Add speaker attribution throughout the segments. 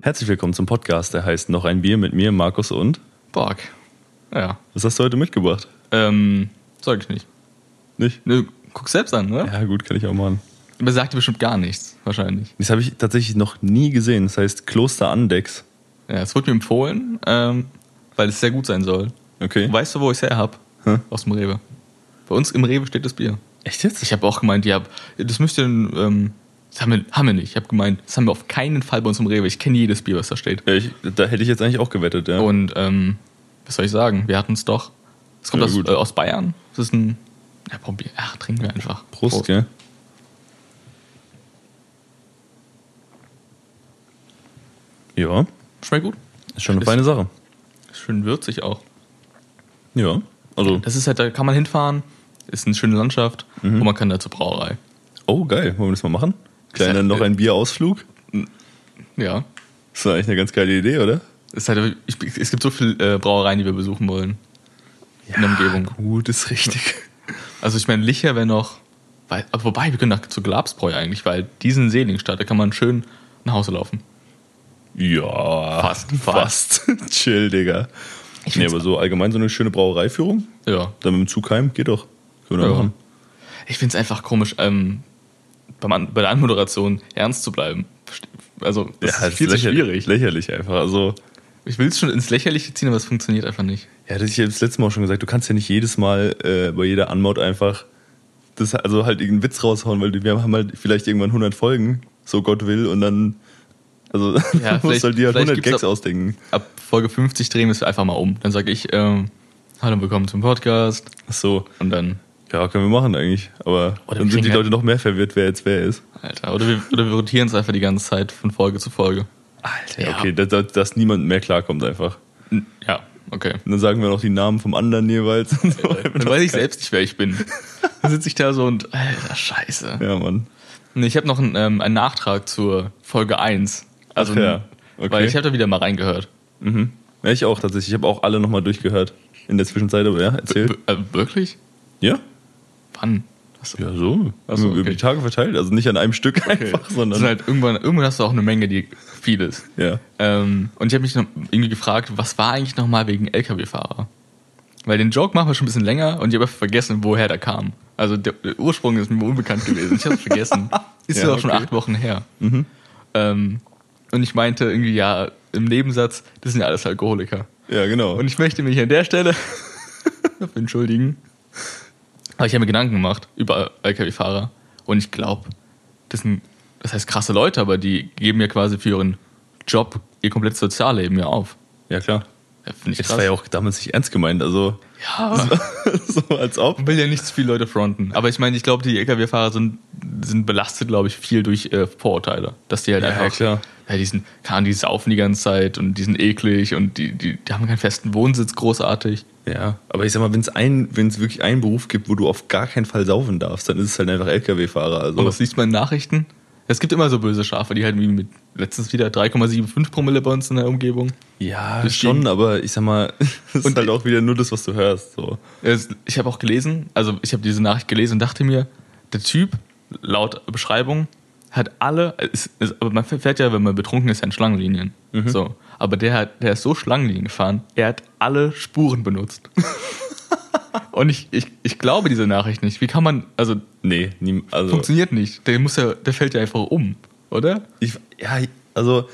Speaker 1: Herzlich willkommen zum Podcast, der heißt Noch ein Bier mit mir, Markus und.
Speaker 2: Bark. Ja.
Speaker 1: Was hast du heute mitgebracht?
Speaker 2: Ähm, sag ich nicht.
Speaker 1: Nicht?
Speaker 2: Nö, guck selbst an, ne?
Speaker 1: Ja, gut, kann ich auch machen.
Speaker 2: Aber sagt dir bestimmt gar nichts, wahrscheinlich.
Speaker 1: Das habe ich tatsächlich noch nie gesehen. Das heißt Kloster Andex.
Speaker 2: Ja, es wurde mir empfohlen, ähm, weil es sehr gut sein soll.
Speaker 1: Okay.
Speaker 2: Weißt du, wo ich es her hab?
Speaker 1: Hä?
Speaker 2: Aus dem Rewe. Bei uns im Rewe steht das Bier.
Speaker 1: Echt jetzt?
Speaker 2: Ich habe auch gemeint, ja, das müsst ihr, ähm, das haben wir, haben wir nicht. Ich habe gemeint, das haben wir auf keinen Fall bei uns im Rewe. Ich kenne jedes Bier, was da steht.
Speaker 1: Ja, ich, da hätte ich jetzt eigentlich auch gewettet, ja.
Speaker 2: Und ähm, was soll ich sagen? Wir hatten es doch. Es kommt
Speaker 1: Ja,
Speaker 2: aus,
Speaker 1: gut.
Speaker 2: äh, aus Bayern. Es ist ein. Ja, probier. Ach, trinken wir einfach.
Speaker 1: Prost, gell? Ja,
Speaker 2: Schmeckt gut.
Speaker 1: ist schon eine
Speaker 2: Ist-
Speaker 1: feine Sache.
Speaker 2: Schön würzig auch.
Speaker 1: Ja, also.
Speaker 2: Das ist halt, da kann man hinfahren. Ist eine schöne Landschaft. Und man kann da zur Brauerei.
Speaker 1: Oh, geil. Wollen wir das mal machen? Kleiner
Speaker 2: Ja,
Speaker 1: noch
Speaker 2: äh,
Speaker 1: ein Bierausflug?
Speaker 2: Ja.
Speaker 1: Das ist eigentlich eine ganz geile Idee, oder?
Speaker 2: Ist halt, ich, es gibt so viele äh, Brauereien, die wir besuchen wollen. in der Umgebung.
Speaker 1: Gut, ist richtig.
Speaker 2: Also ich meine, Licher wäre noch. Weil, aber wobei, wir können nach zu Glabsbräu eigentlich, weil diesen Seelingstadt, da kann man schön nach Hause laufen.
Speaker 1: Ja.
Speaker 2: Fast,
Speaker 1: Fast. Chill, Digga.
Speaker 2: Ich
Speaker 1: Nee,
Speaker 2: find's-
Speaker 1: aber so allgemein so eine schöne Brauereiführung,
Speaker 2: Ja.
Speaker 1: dann mit dem Zug heim, geht doch. Können wir
Speaker 2: Ja.
Speaker 1: machen.
Speaker 2: Ich finde es einfach komisch, ähm, beim An bei der Anmoderation ernst zu bleiben. Verste- Also, das ist viel zu
Speaker 1: lächerlich-
Speaker 2: schwierig.
Speaker 1: Lächerlich einfach. Also,
Speaker 2: Ich will es schon ins Lächerliche ziehen, aber es funktioniert einfach nicht.
Speaker 1: ja, das ist ja das letzte Mal auch schon gesagt, du kannst ja nicht jedes Mal äh, bei jeder Anmaut einfach das, also halt irgendeinen Witz raushauen, weil wir haben halt vielleicht irgendwann 100 Folgen, so Gott will, und dann, also,
Speaker 2: Ja,
Speaker 1: musst
Speaker 2: vielleicht-
Speaker 1: du halt dir halt
Speaker 2: vielleicht
Speaker 1: 100
Speaker 2: gibt's
Speaker 1: Gags
Speaker 2: auch-
Speaker 1: ausdenken.
Speaker 2: Ab Folge 50 drehen wir es einfach mal um. Dann sage ich, ähm, hallo und willkommen zum Podcast.
Speaker 1: Ach so,
Speaker 2: Und dann,
Speaker 1: ja, können wir machen eigentlich. Aber dann
Speaker 2: Oder wir
Speaker 1: sind die
Speaker 2: kriegen halt-
Speaker 1: Leute noch mehr verwirrt, wer jetzt wer ist.
Speaker 2: Alter, oder wir, oder wir rotieren es einfach die ganze Zeit von Folge zu Folge.
Speaker 1: Alter,
Speaker 2: ja.
Speaker 1: Okay, dass, dass, dass niemand mehr klarkommt einfach.
Speaker 2: N- Ja, okay.
Speaker 1: Und dann sagen wir noch die Namen vom anderen jeweils. Und so.
Speaker 2: Dann weiß ich selbst nicht, wer ich bin. Dann sitze ich da so und, alter, scheiße.
Speaker 1: Ja, Mann.
Speaker 2: Nee, ich habe noch einen, ähm, einen Nachtrag zur Folge 1. Also,
Speaker 1: Ach ja, okay.
Speaker 2: okay. weil ich habe da wieder mal reingehört.
Speaker 1: Mhm. Ja, ich auch tatsächlich. Ich habe auch alle nochmal durchgehört in der Zwischenzeit, aber ja, erzähl.
Speaker 2: W äh, wirklich?
Speaker 1: Ja?
Speaker 2: Wann? Das
Speaker 1: Ja, so.
Speaker 2: Ach so,
Speaker 1: Über
Speaker 2: okay.
Speaker 1: die Tage verteilt. Also nicht an einem Stück einfach, ne? sondern.
Speaker 2: sind halt irgendwann, irgendwann hast du auch eine Menge, die viel ist.
Speaker 1: ja.
Speaker 2: Ähm, und ich habe mich noch irgendwie gefragt, was war eigentlich nochmal wegen LKW-Fahrer? Weil den Joke machen wir schon ein bisschen länger und ich habe vergessen, woher der kam. Also der, der Ursprung ist mir unbekannt gewesen. Ich habe es vergessen. Ist
Speaker 1: Ja,
Speaker 2: ja, Mhm. auch schon
Speaker 1: okay.
Speaker 2: acht Wochen her. Ähm, und ich meinte irgendwie, ja, im Nebensatz, das sind ja alles Alkoholiker.
Speaker 1: ja, genau.
Speaker 2: Und ich möchte mich an der Stelle dafür entschuldigen. Aber ich habe mir Gedanken gemacht über LKW-Fahrer. Und ich glaube, das sind, das heißt krasse Leute, aber die geben ja quasi für ihren Job ihr komplettes Sozialleben ja auf.
Speaker 1: ja, klar.
Speaker 2: Ja, Finde ich
Speaker 1: Das
Speaker 2: krass.
Speaker 1: war ja auch damals nicht ernst gemeint. Also
Speaker 2: ja, aber
Speaker 1: so als ob.
Speaker 2: man will ja nicht zu viele Leute fronten. Aber ich meine, ich glaube, die LKW-Fahrer sind, sind belastet, glaube ich, viel durch äh, Vorurteile. Dass die halt
Speaker 1: Ja,
Speaker 2: einfach.
Speaker 1: ja, klar.
Speaker 2: Ja, die, sind, kann, die saufen die ganze Zeit und die sind eklig und die, die, die haben keinen festen Wohnsitz großartig.
Speaker 1: Ja, aber ich sag mal, wenn es ein, wenn's wirklich einen Beruf gibt, wo du auf gar keinen Fall saufen darfst, dann ist es halt einfach LKW-Fahrer.
Speaker 2: Und
Speaker 1: Also
Speaker 2: was liest man in Nachrichten? Es gibt immer so böse Schafe, die halt irgendwie mit letztens wieder 3,75 Promille bei uns in der Umgebung.
Speaker 1: ja,
Speaker 2: das
Speaker 1: schon,
Speaker 2: ging-
Speaker 1: aber ich sag mal, es ist
Speaker 2: Und-
Speaker 1: halt auch wieder nur das, was du hörst. So.
Speaker 2: Es- Ich habe auch gelesen, also ich habe diese Nachricht gelesen und dachte mir, der Typ, laut Beschreibung, hat alle, ist, ist, aber man fährt ja, wenn man betrunken ist, ja in Schlangenlinien. So. Aber der, hat, der ist so Schlangenlinien gefahren, er hat alle Spuren benutzt. und ich, ich, ich glaube diese Nachricht nicht. Wie kann man, also
Speaker 1: Nee, nie, also
Speaker 2: funktioniert nicht. Der, muss ja, der fällt ja einfach um, oder?
Speaker 1: Ich, ja, also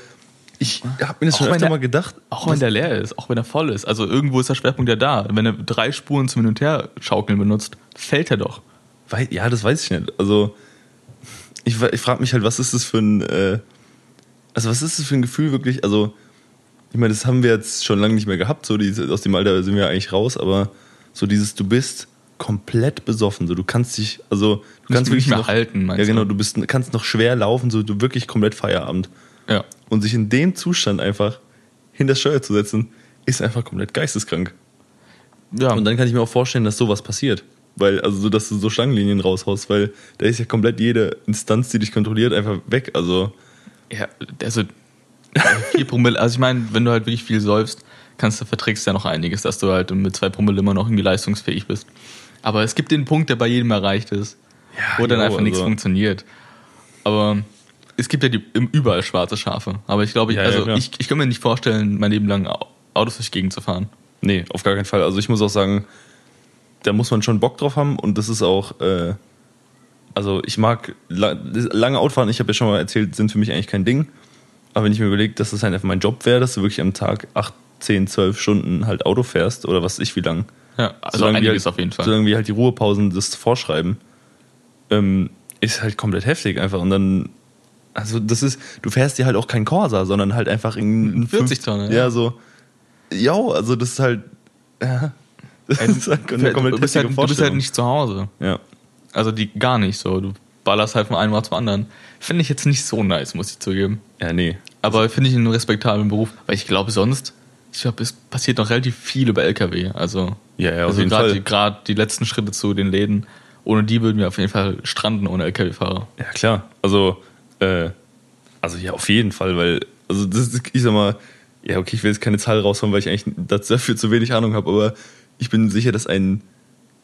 Speaker 1: ich habe mir das
Speaker 2: Auch
Speaker 1: schon
Speaker 2: wenn
Speaker 1: öfter
Speaker 2: der-
Speaker 1: mal gedacht.
Speaker 2: Auch wenn der leer ist, auch wenn er voll ist. Also irgendwo ist der Schwerpunkt ja da. Wenn er drei Spuren zum Hin- und Her-Schaukeln benutzt, fällt er doch.
Speaker 1: Wei- ja, das weiß ich nicht. Also ich, wa- ich frage mich halt, was ist das für ein, äh, also was ist das für ein Gefühl wirklich? Also ich meine, das haben wir jetzt schon lange nicht mehr gehabt. So diese, aus dem Alter sind wir eigentlich raus, aber so dieses, du bist komplett besoffen. So du kannst dich, also du kannst
Speaker 2: nicht
Speaker 1: wirklich
Speaker 2: mehr
Speaker 1: noch,
Speaker 2: halten, meinst
Speaker 1: Ja,
Speaker 2: du?
Speaker 1: genau. Du bist, kannst noch schwer laufen. So du wirklich komplett Feierabend.
Speaker 2: Ja.
Speaker 1: Und sich in dem Zustand einfach hinter das Steuer zu setzen, ist einfach komplett geisteskrank.
Speaker 2: ja.
Speaker 1: Und dann kann ich mir auch vorstellen, dass sowas passiert. Weil, also, so, dass du so Schlangenlinien raushaust, weil da ist ja komplett jede Instanz, die dich kontrolliert, einfach weg. Also,
Speaker 2: ja also, also vier Promille. Also ich meine, wenn du halt wirklich viel säufst, kannst du verträgst ja noch einiges, dass du halt mit zwei Promille immer noch irgendwie leistungsfähig bist. Aber es gibt den Punkt, der bei jedem erreicht ist,
Speaker 1: Ja,
Speaker 2: wo dann
Speaker 1: jo,
Speaker 2: einfach nichts
Speaker 1: also-
Speaker 2: funktioniert. Aber es gibt ja die, im- überall schwarze Schafe. Aber ich glaube, ich,
Speaker 1: Ja, ja,
Speaker 2: also
Speaker 1: klar.
Speaker 2: ich, ich kann mir nicht vorstellen, mein Leben lang Au- Autos durch die Gegend zu fahren.
Speaker 1: Nee, auf gar keinen Fall. Also ich muss auch sagen, da muss man schon Bock drauf haben und das ist auch, äh, also ich mag la lange Autofahren, ich habe ja schon mal erzählt, sind für mich eigentlich kein Ding. Aber wenn ich mir überlege, dass das halt einfach mein Job wäre, dass du wirklich am Tag 8, 10, 12 Stunden halt Auto fährst oder was weiß ich wie lang.
Speaker 2: Ja, also
Speaker 1: Solange wir
Speaker 2: einiges
Speaker 1: halt,
Speaker 2: auf jeden Fall.
Speaker 1: Solange wir halt die Ruhepausen das vorschreiben, ähm, ist halt komplett heftig einfach. Und dann, also das ist, du fährst dir halt auch kein Corsa, sondern halt einfach in
Speaker 2: 40 Tonne,
Speaker 1: Ja,
Speaker 2: Hm, ja.
Speaker 1: so. Ja, also das ist halt. Ja, das ist halt eine komplett
Speaker 2: du, bist
Speaker 1: heftige
Speaker 2: halt, du bist
Speaker 1: Vorstellung.
Speaker 2: halt nicht zu Hause.
Speaker 1: Ja.
Speaker 2: Also die gar nicht so. Du ballerst halt von einem Ort zum anderen. Finde ich jetzt nicht so nice, muss ich zugeben.
Speaker 1: ja, nee.
Speaker 2: Aber finde ich einen respektablen Beruf. Weil ich glaube sonst, ich glaube, es passiert noch relativ viel über LKW. Also,
Speaker 1: Ja, ja, auf
Speaker 2: also
Speaker 1: jeden
Speaker 2: gerade
Speaker 1: Fall.
Speaker 2: die, gerade die letzten Schritte zu den Läden. Ohne die würden wir auf jeden Fall stranden ohne LKW-Fahrer.
Speaker 1: Ja, klar. Also, äh, also ja, auf jeden Fall, weil, also das ist, ich sag mal, ja, okay, ich will jetzt keine Zahl raushauen, weil ich eigentlich das- dafür zu wenig Ahnung habe, aber ich bin sicher, dass ein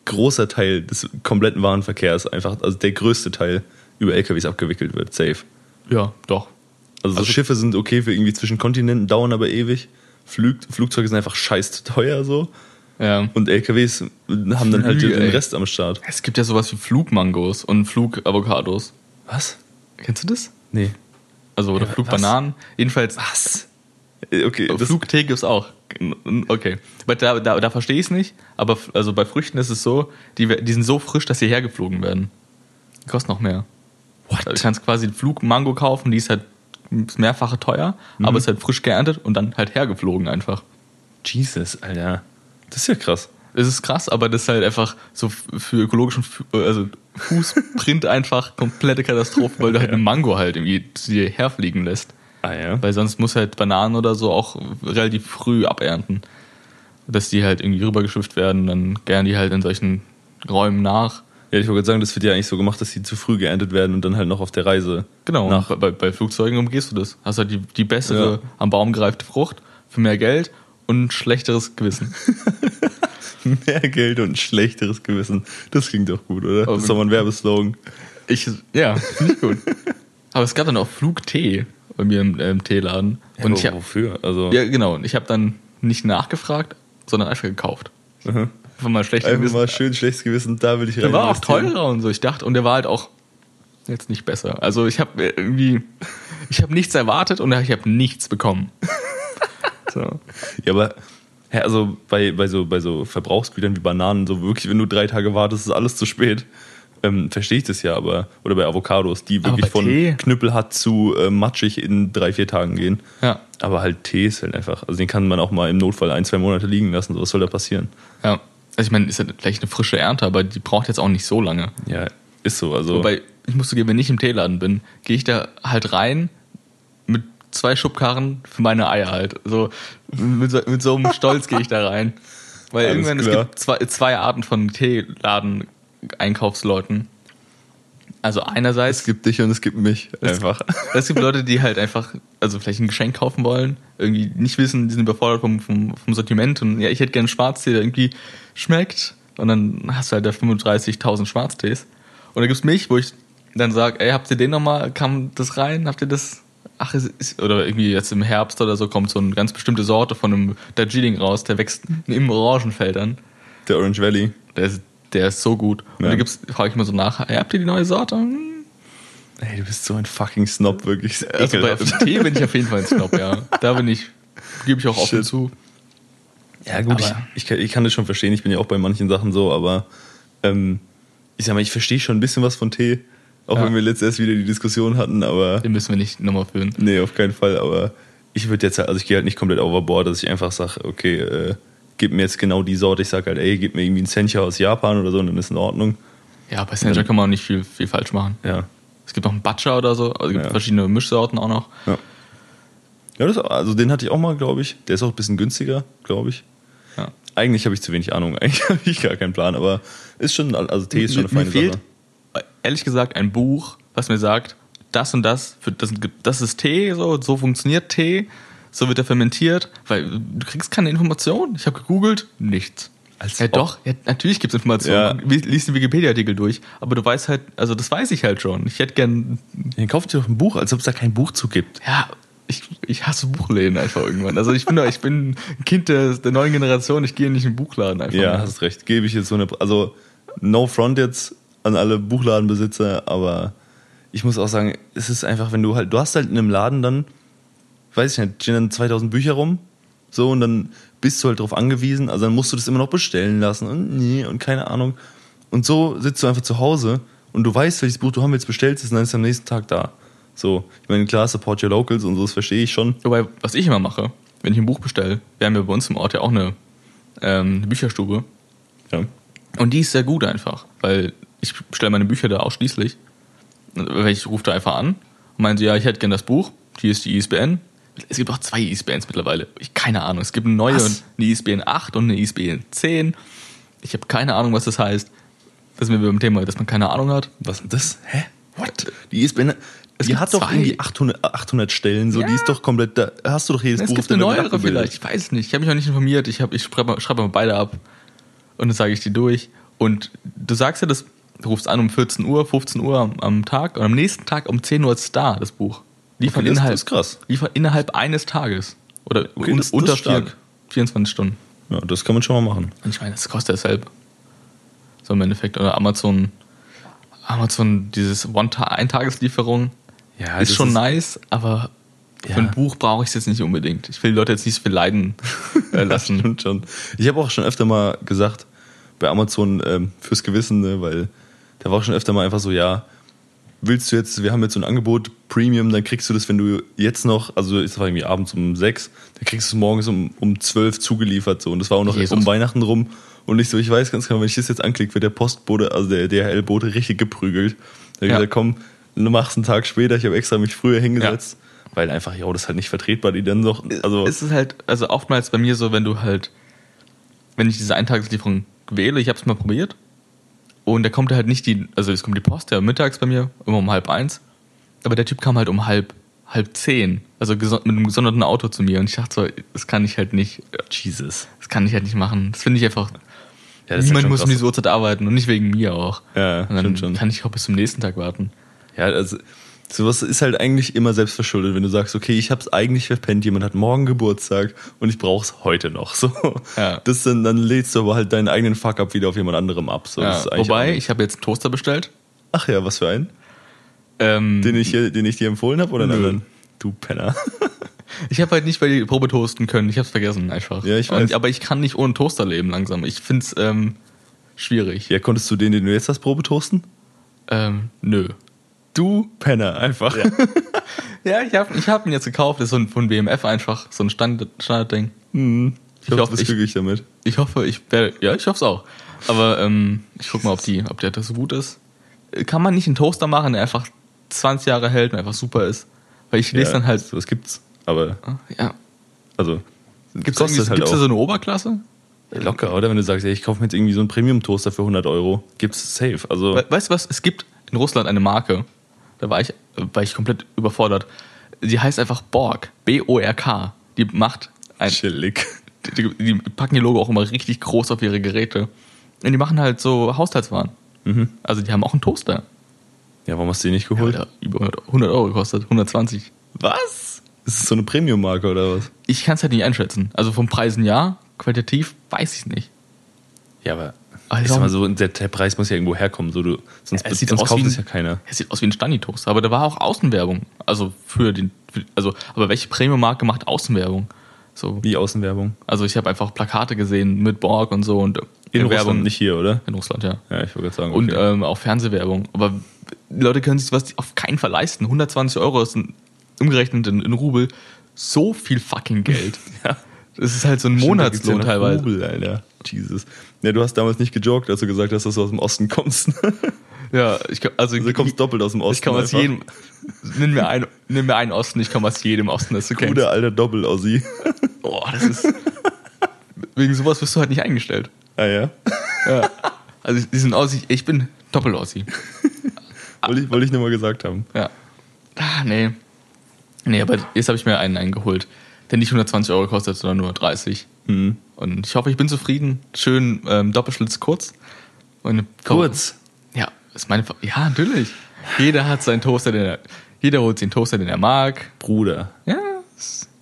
Speaker 1: großer Teil des kompletten Warenverkehrs einfach, also der größte Teil, über LKWs abgewickelt wird, safe.
Speaker 2: Ja, doch.
Speaker 1: Also, so
Speaker 2: Also-
Speaker 1: Schiffe sind okay für irgendwie zwischen Kontinenten, dauern aber ewig. Flüg, Flugzeuge sind einfach scheiß teuer so.
Speaker 2: Ja.
Speaker 1: Und LKWs haben dann halt
Speaker 2: Flüge,
Speaker 1: den
Speaker 2: ey.
Speaker 1: Rest am Start.
Speaker 2: Es gibt ja sowas wie Flugmangos und Flugavocados.
Speaker 1: Was?
Speaker 2: Kennst du das?
Speaker 1: Nee.
Speaker 2: Also, oder
Speaker 1: Ja,
Speaker 2: Flugbananen. Jedenfalls.
Speaker 1: Was? Äh, Okay, das,
Speaker 2: Flugtee gibt's auch. Okay. Aber da, da, da verstehe ich es nicht. Aber f- also bei Früchten ist es so, die, we- die sind so frisch, dass sie hergeflogen werden. Die kosten noch mehr. Du kannst quasi einen Flug Mango kaufen, die ist halt ist mehrfache teuer, aber ist halt frisch geerntet und dann halt hergeflogen einfach.
Speaker 1: Jesus, Alter. Das ist ja krass.
Speaker 2: Es ist krass, aber das ist halt einfach so f- für ökologischen Fu- äh, also Fußprint einfach komplette Katastrophe, weil du halt einen Mango halt irgendwie zu dir herfliegen lässt.
Speaker 1: Ah ja.
Speaker 2: Weil sonst muss halt Bananen oder so auch relativ früh abernten. Dass die halt irgendwie rübergeschifft werden, dann gären die halt in solchen Räumen nach.
Speaker 1: Ja, ich wollte gerade sagen, das wird ja eigentlich so gemacht, dass die zu früh geerntet werden und dann halt noch auf der Reise.
Speaker 2: Genau.
Speaker 1: Nach.
Speaker 2: Bei, bei, bei Flugzeugen umgehst du das. Hast halt die, die bessere,
Speaker 1: Ja.
Speaker 2: am Baum gereifte Frucht für mehr Geld und ein schlechteres Gewissen.
Speaker 1: Mehr Geld und ein schlechteres Gewissen. Das klingt doch gut, oder?
Speaker 2: Aber-
Speaker 1: das ist doch mal ein Werbeslogan.
Speaker 2: Ich, ja, finde ich gut. Aber es gab dann auch Flugtee bei mir im, im Teeladen. und ich
Speaker 1: aber
Speaker 2: hab,
Speaker 1: wofür? Also,
Speaker 2: ja, genau. Und ich habe dann nicht nachgefragt, sondern einfach gekauft.
Speaker 1: aha.
Speaker 2: Einfach mal schlecht
Speaker 1: einfach
Speaker 2: Gewissen.
Speaker 1: mal schön schlechtes Gewissen, da will ich rein.
Speaker 2: Der war auch
Speaker 1: investieren.
Speaker 2: teurer und so. Ich dachte, und der war halt auch jetzt nicht besser. Also ich habe irgendwie, ich habe nichts erwartet und ich habe nichts bekommen. So.
Speaker 1: Ja, aber hä, also bei, bei, so, bei so Verbrauchsgütern wie Bananen, so wirklich, wenn du drei Tage wartest, ist alles zu spät. Ähm, verstehe ich das ja, aber. Oder bei Avocados, die wirklich
Speaker 2: bei
Speaker 1: von
Speaker 2: Tee?
Speaker 1: knüppelhart zu äh, matschig in drei, vier Tagen gehen.
Speaker 2: Ja,
Speaker 1: Aber halt Tee ist halt einfach. Also den kann man auch mal im Notfall ein, zwei Monate liegen lassen. So, was soll da passieren?
Speaker 2: ja. Also ich meine, ist ja vielleicht eine frische Ernte, aber die braucht jetzt auch nicht so lange.
Speaker 1: Ja, ist so. Also
Speaker 2: Wobei, ich muss zugeben, wenn ich im Teeladen bin, gehe ich da halt rein mit zwei Schubkarren für meine Eier halt. So, mit, so, mit so einem Stolz gehe ich da rein. Weil
Speaker 1: Alles
Speaker 2: irgendwann,
Speaker 1: klar.
Speaker 2: es gibt zwei, zwei Arten von Teeladen-Einkaufsleuten. Also einerseits
Speaker 1: es gibt dich und es gibt mich. Einfach.
Speaker 2: Es gibt Leute, die halt einfach, also vielleicht ein Geschenk kaufen wollen, irgendwie nicht wissen, die sind überfordert vom, vom, vom Sortiment und ja, ich hätte gerne einen Schwarztee, der irgendwie schmeckt. Und dann hast du halt da 35.000 Schwarztees. Und da gibt's mich, wo ich dann sage, ey, habt ihr den nochmal, kam das rein, habt ihr das? Ach, es ist, oder irgendwie jetzt im Herbst oder so kommt so eine ganz bestimmte Sorte von einem Darjeeling raus, der wächst im Orangenfeld an.
Speaker 1: Der Orange Valley.
Speaker 2: Der ist, der ist so gut. Und
Speaker 1: Ja.
Speaker 2: da gibt's, frage ich mal so nach, ey, habt ihr die neue Sorte? Hm,
Speaker 1: Ey, du bist so ein fucking Snob, wirklich.
Speaker 2: Also bei
Speaker 1: Ekelhaft.
Speaker 2: FT bin ich auf jeden Fall ein Snob, ja. Da bin ich, gebe ich auch offen
Speaker 1: Shit.
Speaker 2: zu.
Speaker 1: Ja, gut, ich,
Speaker 2: Aber-
Speaker 1: ich, kann, ich kann das schon verstehen. Ich bin ja auch bei manchen Sachen so, aber ähm, ich sag mal, ich verstehe schon ein bisschen was von Tee. Auch
Speaker 2: Ja.
Speaker 1: wenn wir letztes erst wieder die Diskussion hatten, aber.
Speaker 2: Den müssen wir nicht nochmal führen.
Speaker 1: Nee, auf keinen Fall, aber ich würde jetzt halt, also ich gehe halt nicht komplett overboard, dass ich einfach sage, okay, äh, gib mir jetzt genau die Sorte. Ich sag halt, ey, gib mir irgendwie ein Sencha aus Japan oder so und dann ist in Ordnung.
Speaker 2: Ja, bei Sanger kann man auch nicht viel, viel falsch machen.
Speaker 1: Ja.
Speaker 2: Es gibt noch einen Butcher oder so, also es gibt
Speaker 1: Ja.
Speaker 2: verschiedene Mischsorten auch noch.
Speaker 1: Ja, das, also den hatte ich auch mal, glaube ich. Der ist auch ein bisschen günstiger, glaube ich.
Speaker 2: Ja.
Speaker 1: Eigentlich habe ich zu wenig Ahnung, eigentlich habe ich gar keinen Plan, aber ist schon, also Tee ist schon eine
Speaker 2: Mir-
Speaker 1: feine
Speaker 2: mir fehlt,
Speaker 1: Sache.
Speaker 2: äh, Ehrlich gesagt, ein Buch, was mir sagt, das und das, für, das, gibt- das ist Tee, so, so funktioniert Tee, so wird er fermentiert, weil du kriegst keine Information. Ich habe gegoogelt, nichts.
Speaker 1: Als
Speaker 2: Ja,
Speaker 1: ob.
Speaker 2: doch, ja, natürlich gibt es Informationen.
Speaker 1: Ja.
Speaker 2: Guck, lies- Lies den Wikipedia-Artikel durch. Aber du weißt halt, also das weiß ich halt schon. Ich hätte gern.
Speaker 1: Dann kauft ihr doch ein Buch, als ob es da kein Buch zu gibt.
Speaker 2: Ja, ich, ich hasse Buchläden einfach irgendwann. Also ich bin doch, ich bin ein Kind der, der neuen Generation, ich gehe nicht in den Buchladen einfach. Also
Speaker 1: Ja,
Speaker 2: mehr.
Speaker 1: hast recht. Gebe ich jetzt so eine. Also, no front jetzt an alle Buchladenbesitzer, aber ich muss auch sagen, es ist einfach, wenn du halt. Du hast halt in einem Laden dann, weiß ich nicht, stehen dann 2000 Bücher rum. So, und dann bist du halt drauf angewiesen. Also, dann musst du das immer noch bestellen lassen und nee und keine Ahnung. Und so sitzt du einfach zu Hause und du weißt, welches Buch du haben willst, bestellst es und dann ist es am nächsten Tag da. So, ich meine, klar, support your locals und so, das verstehe ich schon.
Speaker 2: Wobei, was ich immer mache, wenn ich ein Buch bestelle, wir haben ja bei uns im Ort ja auch eine ähm, eine Bücherstube.
Speaker 1: Ja.
Speaker 2: Und die ist sehr gut einfach, weil ich bestelle meine Bücher da ausschließlich. Und Ich rufe da einfach an und meine so, ja, ich hätte gern das Buch, hier ist die ISBN. Es gibt auch zwei ISBNs mittlerweile. Ich keine Ahnung. Es gibt eine neue,
Speaker 1: Was?
Speaker 2: eine ISBN 8 und eine ISBN 10. Ich habe keine Ahnung, was das heißt. Das sind wir beim Thema, dass man keine Ahnung hat.
Speaker 1: Was ist das? Hä? What? Die ISBN,
Speaker 2: Es
Speaker 1: die
Speaker 2: gibt
Speaker 1: hat doch
Speaker 2: zwei.
Speaker 1: irgendwie 800, 800 Stellen, so die ist doch komplett, da hast du doch jedes
Speaker 2: Es
Speaker 1: Buch auf
Speaker 2: gibt
Speaker 1: der
Speaker 2: eine
Speaker 1: Welt
Speaker 2: neuere
Speaker 1: abgebildet.
Speaker 2: vielleicht, ich weiß es nicht. Ich habe mich noch nicht informiert. Ich, hab- ich schreibe schreibe mal beide ab und dann sage ich die durch. Und du sagst ja, das, du rufst an um 14 Uhr, 15 Uhr am, am Tag und am nächsten Tag um 10 Uhr ist es da, das Buch. Liefert
Speaker 1: Okay, das-
Speaker 2: innerhalb,
Speaker 1: das ist krass.
Speaker 2: liefert innerhalb eines Tages oder
Speaker 1: Okay,
Speaker 2: un,
Speaker 1: das- das
Speaker 2: unter
Speaker 1: ist stark.
Speaker 2: vier- 24 Stunden.
Speaker 1: Ja, das kann man schon mal machen.
Speaker 2: Und ich meine, das kostet dasselbe. So im Endeffekt. Oder Amazon, Amazon, dieses One-Ta- Eintagslieferung
Speaker 1: Ja,
Speaker 2: ist schon nice, aber
Speaker 1: Ja.
Speaker 2: für ein Buch brauche ich es jetzt nicht unbedingt. Ich will die Leute jetzt nicht so viel leiden äh, lassen.
Speaker 1: Stimmt schon. Ich habe auch schon öfter mal gesagt, bei Amazon ähm, fürs Gewissen, ne, weil da war auch schon öfter mal einfach so, ja, willst du jetzt, wir haben jetzt so ein Angebot, Premium, dann kriegst du das, wenn du jetzt noch, also es war irgendwie abends um sechs, dann kriegst du es morgens um, um zwölf zugeliefert so und das war auch noch
Speaker 2: Jesus.
Speaker 1: um Weihnachten rum und ich so, ich weiß ganz genau, wenn ich das jetzt anklicke, wird der Postbote, also der DHL-Bote richtig geprügelt. Da hab ich
Speaker 2: Ja.
Speaker 1: gesagt, komm, du machst einen Tag später, ich habe extra mich früher hingesetzt, weil einfach, ja, das ist halt nicht vertretbar, die dann noch, also...
Speaker 2: Es ist halt, also oftmals bei mir so, wenn du halt, wenn ich diese Eintagslieferung wähle, ich habe es mal probiert und da kommt halt nicht die, also es kommt die Post, ja, mittags bei mir, immer um halb eins, aber der Typ kam halt um halb, halb zehn, also geson- mit einem gesonderten Auto zu mir und ich dachte so, das kann ich halt nicht,
Speaker 1: Jesus.
Speaker 2: das kann ich halt nicht machen, das finde ich einfach,
Speaker 1: Ja, das ist
Speaker 2: niemand
Speaker 1: schon
Speaker 2: muss um
Speaker 1: krass.
Speaker 2: diese Uhrzeit arbeiten und nicht wegen mir auch.
Speaker 1: Ja,
Speaker 2: und dann
Speaker 1: stimmt schon.
Speaker 2: kann ich auch bis zum nächsten Tag warten.
Speaker 1: Ja, also sowas ist halt eigentlich immer selbstverschuldet, wenn du sagst, okay, ich hab's eigentlich verpennt, jemand hat morgen Geburtstag und ich brauch's heute noch. So,
Speaker 2: Ja.
Speaker 1: das dann, dann lädst du aber halt deinen eigenen Fuck-up wieder auf jemand anderem ab. So, das
Speaker 2: Ja,
Speaker 1: ist eigentlich
Speaker 2: wobei,
Speaker 1: auch-
Speaker 2: ich habe jetzt einen Toaster bestellt.
Speaker 1: ach ja, was für einen?
Speaker 2: Ähm,
Speaker 1: Den ich, hier, den ich dir empfohlen habe oder einen
Speaker 2: Nö.
Speaker 1: anderen? Du Penner.
Speaker 2: Ich habe halt nicht bei die Probe toasten können. Ich habe es vergessen einfach.
Speaker 1: Ja, ich
Speaker 2: Und-
Speaker 1: weiß.
Speaker 2: Aber ich kann nicht ohne Toaster leben langsam. Ich finde es ähm, schwierig.
Speaker 1: ja, konntest du den, den du jetzt hast, Probe toasten?
Speaker 2: Ähm, nö.
Speaker 1: Du Penner, einfach.
Speaker 2: Ja, ich habe ich hab ihn jetzt gekauft. Das ist so ein, von BMF einfach. So ein Standard, Standardding.
Speaker 1: Hm, ich,
Speaker 2: Ich
Speaker 1: hoffe,
Speaker 2: hoffe,
Speaker 1: du bist
Speaker 2: ich-
Speaker 1: glücklich damit.
Speaker 2: Ich hoffe, ich werde... Ja, ich hoffe es auch. Aber ähm, ich guck mal, ob, die, ob der das so gut ist. Äh, Kann man nicht einen Toaster machen, der einfach 20 Jahre hält und einfach super ist? Weil ich lese
Speaker 1: ja,
Speaker 2: dann halt...
Speaker 1: Sowas gibt's, aber,
Speaker 2: Ja.
Speaker 1: also,
Speaker 2: Gibt es
Speaker 1: kostet
Speaker 2: halt da so eine Oberklasse?
Speaker 1: Locker, oder? Wenn du sagst, ey, ich kaufe mir jetzt irgendwie so einen Premium-Toaster für 100 Euro, gibt's safe. Also,
Speaker 2: We weißt du was? Es gibt in Russland eine Marke, da war ich, war ich komplett überfordert. Die heißt einfach Borg. B-O-R-K. Die macht ein.
Speaker 1: chillig.
Speaker 2: Die, die packen ihr Logo auch immer richtig groß auf ihre Geräte. Und die machen halt so Haushaltswaren. Also die haben auch einen Toaster.
Speaker 1: Ja, warum hast du die nicht
Speaker 2: Ja,
Speaker 1: geholt?
Speaker 2: der über 100 100 Euro gekostet. 120.
Speaker 1: Was? Ist es so eine Premium-Marke oder was?
Speaker 2: Ich kann es halt nicht einschätzen. Also vom Preisen ja, qualitativ weiß ich nicht.
Speaker 1: Ja, aber.
Speaker 2: Also-
Speaker 1: ich sag mal so, der, der Preis muss ja irgendwo herkommen, so du, sonst,
Speaker 2: Ja, es sieht
Speaker 1: sonst
Speaker 2: aus
Speaker 1: kauft
Speaker 2: wie
Speaker 1: es
Speaker 2: ein-
Speaker 1: ja keiner.
Speaker 2: Es sieht aus wie ein Stani-Toaster, aber da war auch Außenwerbung. Also für den, für, also, aber welche Premium-Marke macht Außenwerbung? So,
Speaker 1: Wie Außenwerbung.
Speaker 2: Also ich habe einfach Plakate gesehen mit Borg und so und
Speaker 1: In Russland, nicht hier, oder?
Speaker 2: in Russland, ja.
Speaker 1: Ja, ich wollte gerade sagen.
Speaker 2: Und
Speaker 1: okay.
Speaker 2: ähm, auch Fernsehwerbung. Aber die Leute können sich sowas auf keinen Fall leisten. 120 Euro ist ein, umgerechnet in, in Rubel so viel fucking Geld.
Speaker 1: ja.
Speaker 2: Das ist halt so ein
Speaker 1: Stimmt, da gibt's ja
Speaker 2: Monatslohn
Speaker 1: noch
Speaker 2: äh, teilweise.
Speaker 1: Rubel, Alter. Jesus. Ja, du hast damals nicht gejoked, als du gesagt hast, dass du aus dem Osten kommst.
Speaker 2: Ja, ich, kann- also,
Speaker 1: du kommst doppelt aus dem Osten.
Speaker 2: ich komme aus
Speaker 1: einfach.
Speaker 2: jedem. Nimm mir, einen, nimm mir einen Osten, ich komme aus jedem Osten, das du kennst.
Speaker 1: Guter alter Doppel-Aussie.
Speaker 2: Boah, das ist. wegen sowas wirst du halt nicht eingestellt.
Speaker 1: ah ja.
Speaker 2: Ja. Also diesen Aussie, ich bin Doppel-Aussie.
Speaker 1: Wollte ich, wollte ich nur mal gesagt haben.
Speaker 2: Ja. Ah, nee. Nee, aber jetzt habe ich mir einen eingeholt, der nicht 120 Euro kostet, sondern nur 30.
Speaker 1: Hm.
Speaker 2: Und ich hoffe, ich bin zufrieden. Schön ähm, Doppelschlitz kurz. Und
Speaker 1: Kurz.
Speaker 2: Ja, ist meine Fa Ja, natürlich. Jeder hat seinen Toaster, den er, jeder holt sich den Toaster, den er mag.
Speaker 1: Bruder.
Speaker 2: Ja.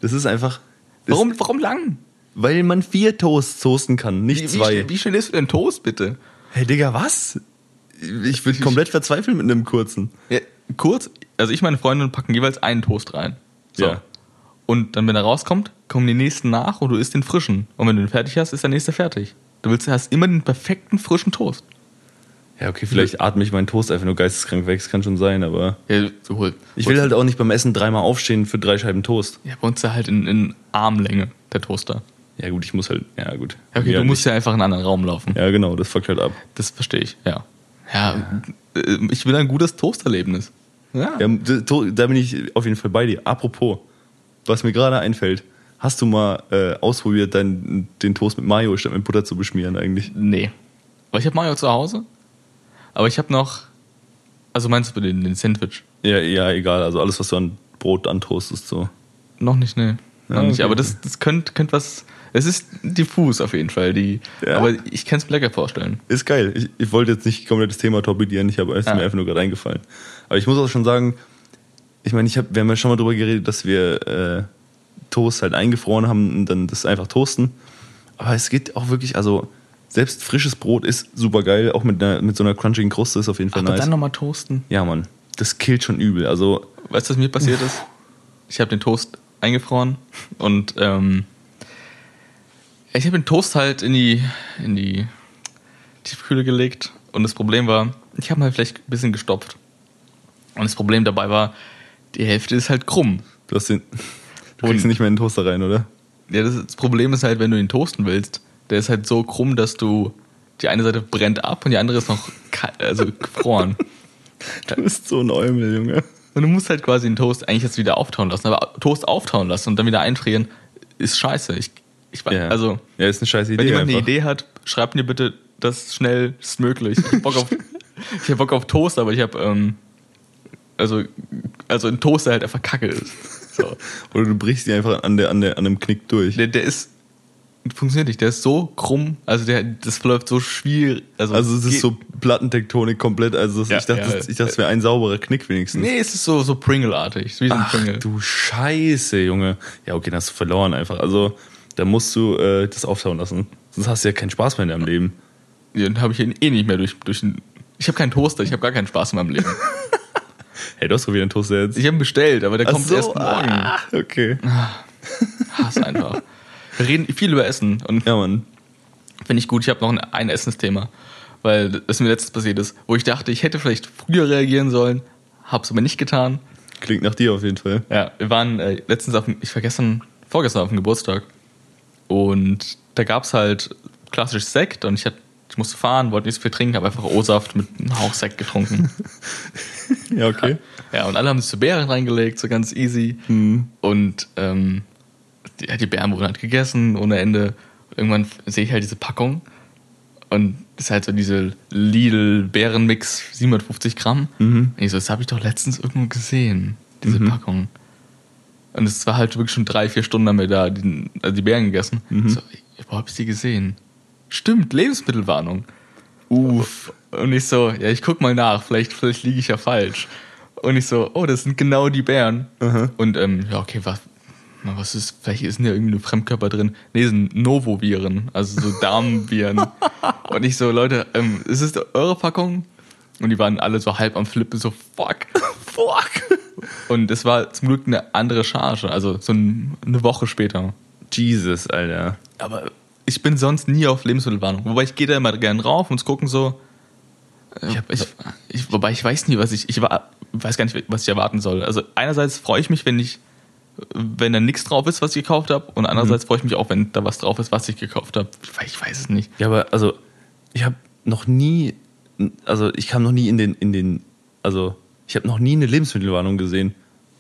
Speaker 1: Das ist einfach. Das,
Speaker 2: Warum, warum lang?
Speaker 1: Weil man vier Toasts toasten kann, nicht
Speaker 2: Wie, wie,
Speaker 1: zwei.
Speaker 2: schnell, wie schnell isst du denn Toast, bitte?
Speaker 1: Hey, Digga, was? Ich würde komplett verzweifeln mit einem kurzen.
Speaker 2: Ja, kurz, also ich meine Freundin packen jeweils einen Toast rein. So.
Speaker 1: Ja.
Speaker 2: Und dann, wenn er rauskommt, kommen die nächsten nach und du isst den frischen. Und wenn du den fertig hast, ist der nächste fertig. Du willst, hast immer den perfekten frischen Toast.
Speaker 1: Ja, okay, vielleicht atme ich meinen Toast einfach nur geisteskrank weg. Das kann schon sein, aber.
Speaker 2: Ja, so hol.
Speaker 1: Ich will halt auch nicht beim Essen dreimal aufstehen für drei Scheiben Toast.
Speaker 2: Ja, bei uns ist er halt in, in Armlänge, der Toaster.
Speaker 1: Ja, gut, ich muss halt. Ja, gut.
Speaker 2: Ja, okay,
Speaker 1: ja,
Speaker 2: du musst ja einfach in einen anderen Raum laufen.
Speaker 1: Ja, genau, das fuckt halt ab.
Speaker 2: Das verstehe ich, ja. Ja, äh, ich will ein gutes Toasterlebnis.
Speaker 1: Ja, d- to- da bin ich auf jeden Fall bei dir. Apropos, was mir gerade einfällt, hast du mal äh, ausprobiert, dein, den Toast mit Mayo statt mit Butter zu beschmieren eigentlich?
Speaker 2: Nee. Aber ich habe Mario zu Hause. Aber ich habe noch. Also meinst du den, den Sandwich?
Speaker 1: Ja, ja, egal. Also alles, was du an Brot antoastest, so.
Speaker 2: Noch nicht, ne. Noch
Speaker 1: Ja,
Speaker 2: nicht.
Speaker 1: Ah, okay.
Speaker 2: Aber das, das könnte könnt was. Es ist diffus auf jeden Fall. Die,
Speaker 1: Ja.
Speaker 2: Aber ich kann es mir lecker vorstellen.
Speaker 1: Ist geil. Ich, ich wollte jetzt nicht komplett das Thema torpedieren, ich habe es ist
Speaker 2: Ah.
Speaker 1: mir einfach nur gerade eingefallen. Aber ich muss auch schon sagen, ich meine, ich hab, wir haben ja schon mal drüber geredet, dass wir äh, Toast halt eingefroren haben und dann das einfach toasten. Aber es geht auch wirklich, also selbst frisches Brot ist super geil, auch mit, einer, mit so einer crunchigen Kruste ist auf jeden Fall
Speaker 2: Aber
Speaker 1: nice.
Speaker 2: dann nochmal toasten.
Speaker 1: Ja, Mann, das killt schon übel. Also,
Speaker 2: Weißt du, was mir passiert ist? Ich habe den Toast eingefroren und ähm, ich habe den Toast halt in die, in die Tiefkühle gelegt und das Problem war, ich habe mal vielleicht ein bisschen gestopft. Und das Problem dabei war, die Hälfte ist halt krumm.
Speaker 1: du, hast den, du kriegst
Speaker 2: Und-
Speaker 1: ihn nicht mehr in den Toaster rein, oder?
Speaker 2: Ja, das, das Problem ist halt, wenn du ihn toasten willst, der ist halt so krumm, dass du die eine Seite brennt ab und die andere ist noch kal- also gefroren.
Speaker 1: Du bist so ein Eumel, Junge.
Speaker 2: Und du musst halt quasi den Toast eigentlich jetzt wieder auftauen lassen. Aber Toast auftauen lassen und dann wieder einfrieren ist scheiße. Ich, ich weiß,
Speaker 1: Ja.
Speaker 2: also,
Speaker 1: ja, ist eine scheiß Idee.
Speaker 2: wenn jemand eine
Speaker 1: einfach.
Speaker 2: Idee hat, schreibt mir bitte das schnellstmöglich. Ich hab Bock auf, ich hab Bock auf Toast, aber ich hab, ähm, also, also ein Toast, der halt einfach kacke ist. So.
Speaker 1: Oder du brichst die einfach an, der, an, der, an einem Knick durch.
Speaker 2: Der, der ist, funktioniert nicht, der ist so krumm, also der, das läuft so schwierig. Also,
Speaker 1: Also es
Speaker 2: geht-
Speaker 1: ist so Plattentektonik komplett. Also das-
Speaker 2: Ja,
Speaker 1: ich dachte,
Speaker 2: ja. äh,
Speaker 1: das- ich dachte, es wäre ein sauberer Knick wenigstens.
Speaker 2: Nee, es ist so, so Pringle-artig, wie so ein
Speaker 1: Ach
Speaker 2: Pringle.
Speaker 1: du Scheiße, Junge. Ja, okay, dann hast du verloren einfach. Also da musst du äh, das auftauen lassen. Sonst hast du ja keinen Spaß mehr in deinem Leben.
Speaker 2: Ja, Dann habe ich ihn eh nicht mehr durch, durch den. Ich habe keinen Toaster, ich habe gar keinen Spaß in meinem Leben.
Speaker 1: Hey, du hast doch wieder einen Toaster jetzt.
Speaker 2: Ich habe ihn bestellt, aber der
Speaker 1: Ach
Speaker 2: kommt
Speaker 1: so,
Speaker 2: erst morgen.
Speaker 1: ah, okay.
Speaker 2: Hass einfach. Wir reden viel über Essen und
Speaker 1: Ja, Mann.
Speaker 2: finde ich gut, ich habe noch ein, ein Essensthema, weil das mir letztens passiert ist, wo ich dachte, ich hätte vielleicht früher reagieren sollen, habe es aber nicht getan.
Speaker 1: Klingt nach dir auf jeden Fall.
Speaker 2: Ja, wir waren äh, letztens auf dem, ich war gestern, vorgestern auf dem Geburtstag und da gab es halt klassisch Sekt und ich, hat, ich musste fahren, wollte nicht so viel trinken, habe einfach O-Saft mit einem Hauch Sekt getrunken.
Speaker 1: Ja, okay.
Speaker 2: Ja, und alle haben sich zu Beeren reingelegt, so ganz easy. Und ähm, die, ja, die Beeren wurden halt gegessen ohne Ende. Irgendwann f- sehe ich halt diese Packung und das ist halt so diese Lidl-Bärenmix 750 Gramm. Und ich so, das habe ich doch letztens irgendwo gesehen, diese Packung. Und es war halt wirklich schon drei, vier Stunden haben wir da die, also die Beeren gegessen. So, ich, wo habe ich die gesehen? Stimmt, Lebensmittelwarnung. Uff. Und ich so, ja, ich guck mal nach, vielleicht, vielleicht liege ich ja falsch. Und ich so, oh, das sind genau die Bären. Und ähm, ja, okay, was, na, was ist, vielleicht ist denn ja irgendwie ein Fremdkörper drin. Nee, sind Novoviren, also so Darmviren. Und ich so, Leute, ähm, ist es eure Packung? Und die waren alle so halb am Flippen, so fuck, fuck. Und es war zum Glück eine andere Charge, also so ein, eine Woche später.
Speaker 1: Jesus, Alter.
Speaker 2: Aber ich bin sonst nie auf Lebensmittelwarnung. Wobei ich gehe da immer gern rauf und gucken so. äh, ich, ich, wobei ich weiß nie, was ich, ich wa- weiß gar nicht, was ich erwarten soll. Also einerseits freue ich mich, wenn ich, wenn da nichts drauf ist, was ich gekauft habe, und andererseits
Speaker 1: Mhm.
Speaker 2: freue ich mich auch, wenn da was drauf ist, was ich gekauft habe. Weil ich weiß es nicht.
Speaker 1: Ja, aber also, ich habe noch nie, also ich kam noch nie in den, in den, also ich habe noch nie eine Lebensmittelwarnung gesehen.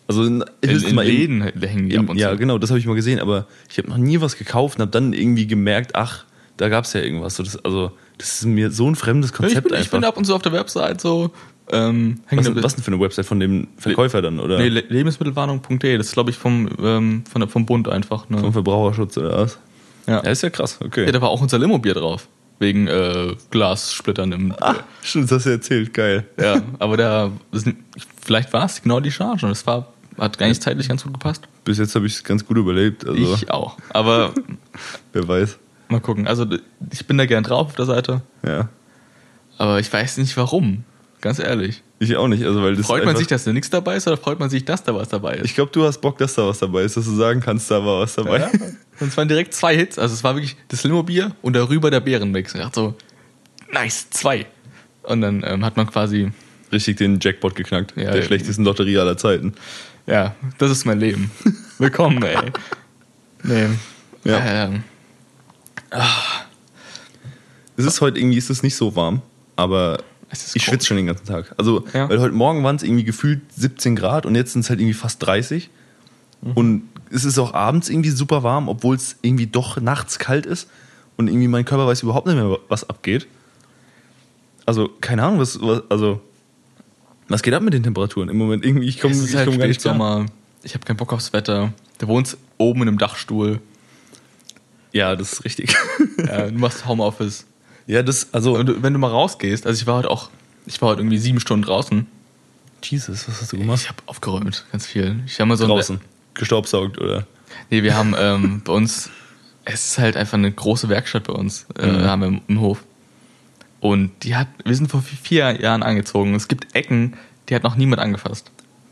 Speaker 1: Also in, ich
Speaker 2: In,
Speaker 1: wüsste
Speaker 2: in
Speaker 1: mal, in-
Speaker 2: Läden hängen die ab
Speaker 1: Im,
Speaker 2: und
Speaker 1: ja,
Speaker 2: zu.
Speaker 1: genau, das habe ich mal gesehen, aber ich habe noch nie was gekauft und habe dann irgendwie gemerkt, ach, da gab es ja irgendwas. So, das, also, das ist mir so ein fremdes
Speaker 2: Ja, Ich
Speaker 1: Konzept
Speaker 2: bin, ich
Speaker 1: einfach.
Speaker 2: bin ab und zu auf der Website so. Ähm, hängen
Speaker 1: was,
Speaker 2: da-
Speaker 1: denn- was denn für eine Website von dem Verkäufer dann, oder?
Speaker 2: Nee, Le- Lebensmittelwarnung.de, das ist glaube ich vom, ähm, von der, vom Bund einfach. Ne?
Speaker 1: vom Verbraucherschutz oder was?
Speaker 2: Ja.
Speaker 1: Ja, ist ja krass, okay.
Speaker 2: Ja, da war auch unser Limo-Bier drauf. Wegen äh, Glassplittern im.
Speaker 1: ah, stimmt, das hast du erzählt, geil.
Speaker 2: Ja, aber da. Das, vielleicht war es genau die Charge und es war, hat gar nicht zeitlich ganz gut gepasst.
Speaker 1: Bis jetzt habe ich es ganz gut überlebt, also
Speaker 2: Ich auch. Aber
Speaker 1: wer weiß.
Speaker 2: mal gucken. Also ich bin da gern drauf auf der Seite,
Speaker 1: Ja.
Speaker 2: aber ich weiß nicht warum. Ganz ehrlich.
Speaker 1: Ich auch nicht, also weil das
Speaker 2: Freut man
Speaker 1: einfach-
Speaker 2: sich, dass da nichts dabei ist oder freut man sich, dass da was dabei ist?
Speaker 1: Ich glaube, du hast Bock, dass da was dabei ist, dass du sagen kannst, da war was dabei.
Speaker 2: Ja? Und es waren direkt zwei Hits. Also es war wirklich das Limo-Bier und darüber der Bärenmix. Ich dachte so, nice, zwei. Und dann ähm, hat man quasi,
Speaker 1: Richtig den Jackpot geknackt.
Speaker 2: Ja,
Speaker 1: der
Speaker 2: eben.
Speaker 1: schlechtesten Lotterie aller Zeiten.
Speaker 2: ja, das ist mein Leben. Willkommen, ey. Nee.
Speaker 1: Ja.
Speaker 2: Ähm,
Speaker 1: Es ist heute irgendwie, ist es nicht so warm, aber
Speaker 2: Es ist
Speaker 1: ich
Speaker 2: komisch.
Speaker 1: schwitze schon den ganzen Tag. Also,
Speaker 2: Ja.
Speaker 1: weil heute Morgen waren es irgendwie gefühlt 17 Grad und jetzt sind es halt irgendwie fast 30. Und es ist auch abends irgendwie super warm, obwohl es irgendwie doch nachts kalt ist. Und irgendwie mein Körper weiß überhaupt nicht mehr, was abgeht. Also, keine Ahnung, was, was also, was geht ab mit den Temperaturen im Moment? Irgendwie, ich komme
Speaker 2: es
Speaker 1: ich
Speaker 2: ist halt
Speaker 1: komm gar nicht klar.
Speaker 2: Spätsommer. Ich habe keinen Bock aufs Wetter. Du wohnst oben in einem Dachstuhl.
Speaker 1: Ja, das ist richtig.
Speaker 2: Ja, du machst Homeoffice.
Speaker 1: ja, das, also,
Speaker 2: Und du, wenn du mal rausgehst, also ich war heute auch, ich war heute irgendwie sieben Stunden draußen.
Speaker 1: Jesus, was hast du
Speaker 2: Ich habe aufgeräumt, ganz viel. Ich habe mal so ein-
Speaker 1: Draußen. Gestaubsaugt, oder?
Speaker 2: Nee, wir haben ähm, bei uns, es ist halt einfach eine große Werkstatt bei uns, äh,
Speaker 1: Mhm.
Speaker 2: haben wir im, im Hof. Und die hat, wir sind vor vi- vier Jahren angezogen. Es gibt Ecken, die hat noch niemand angefasst.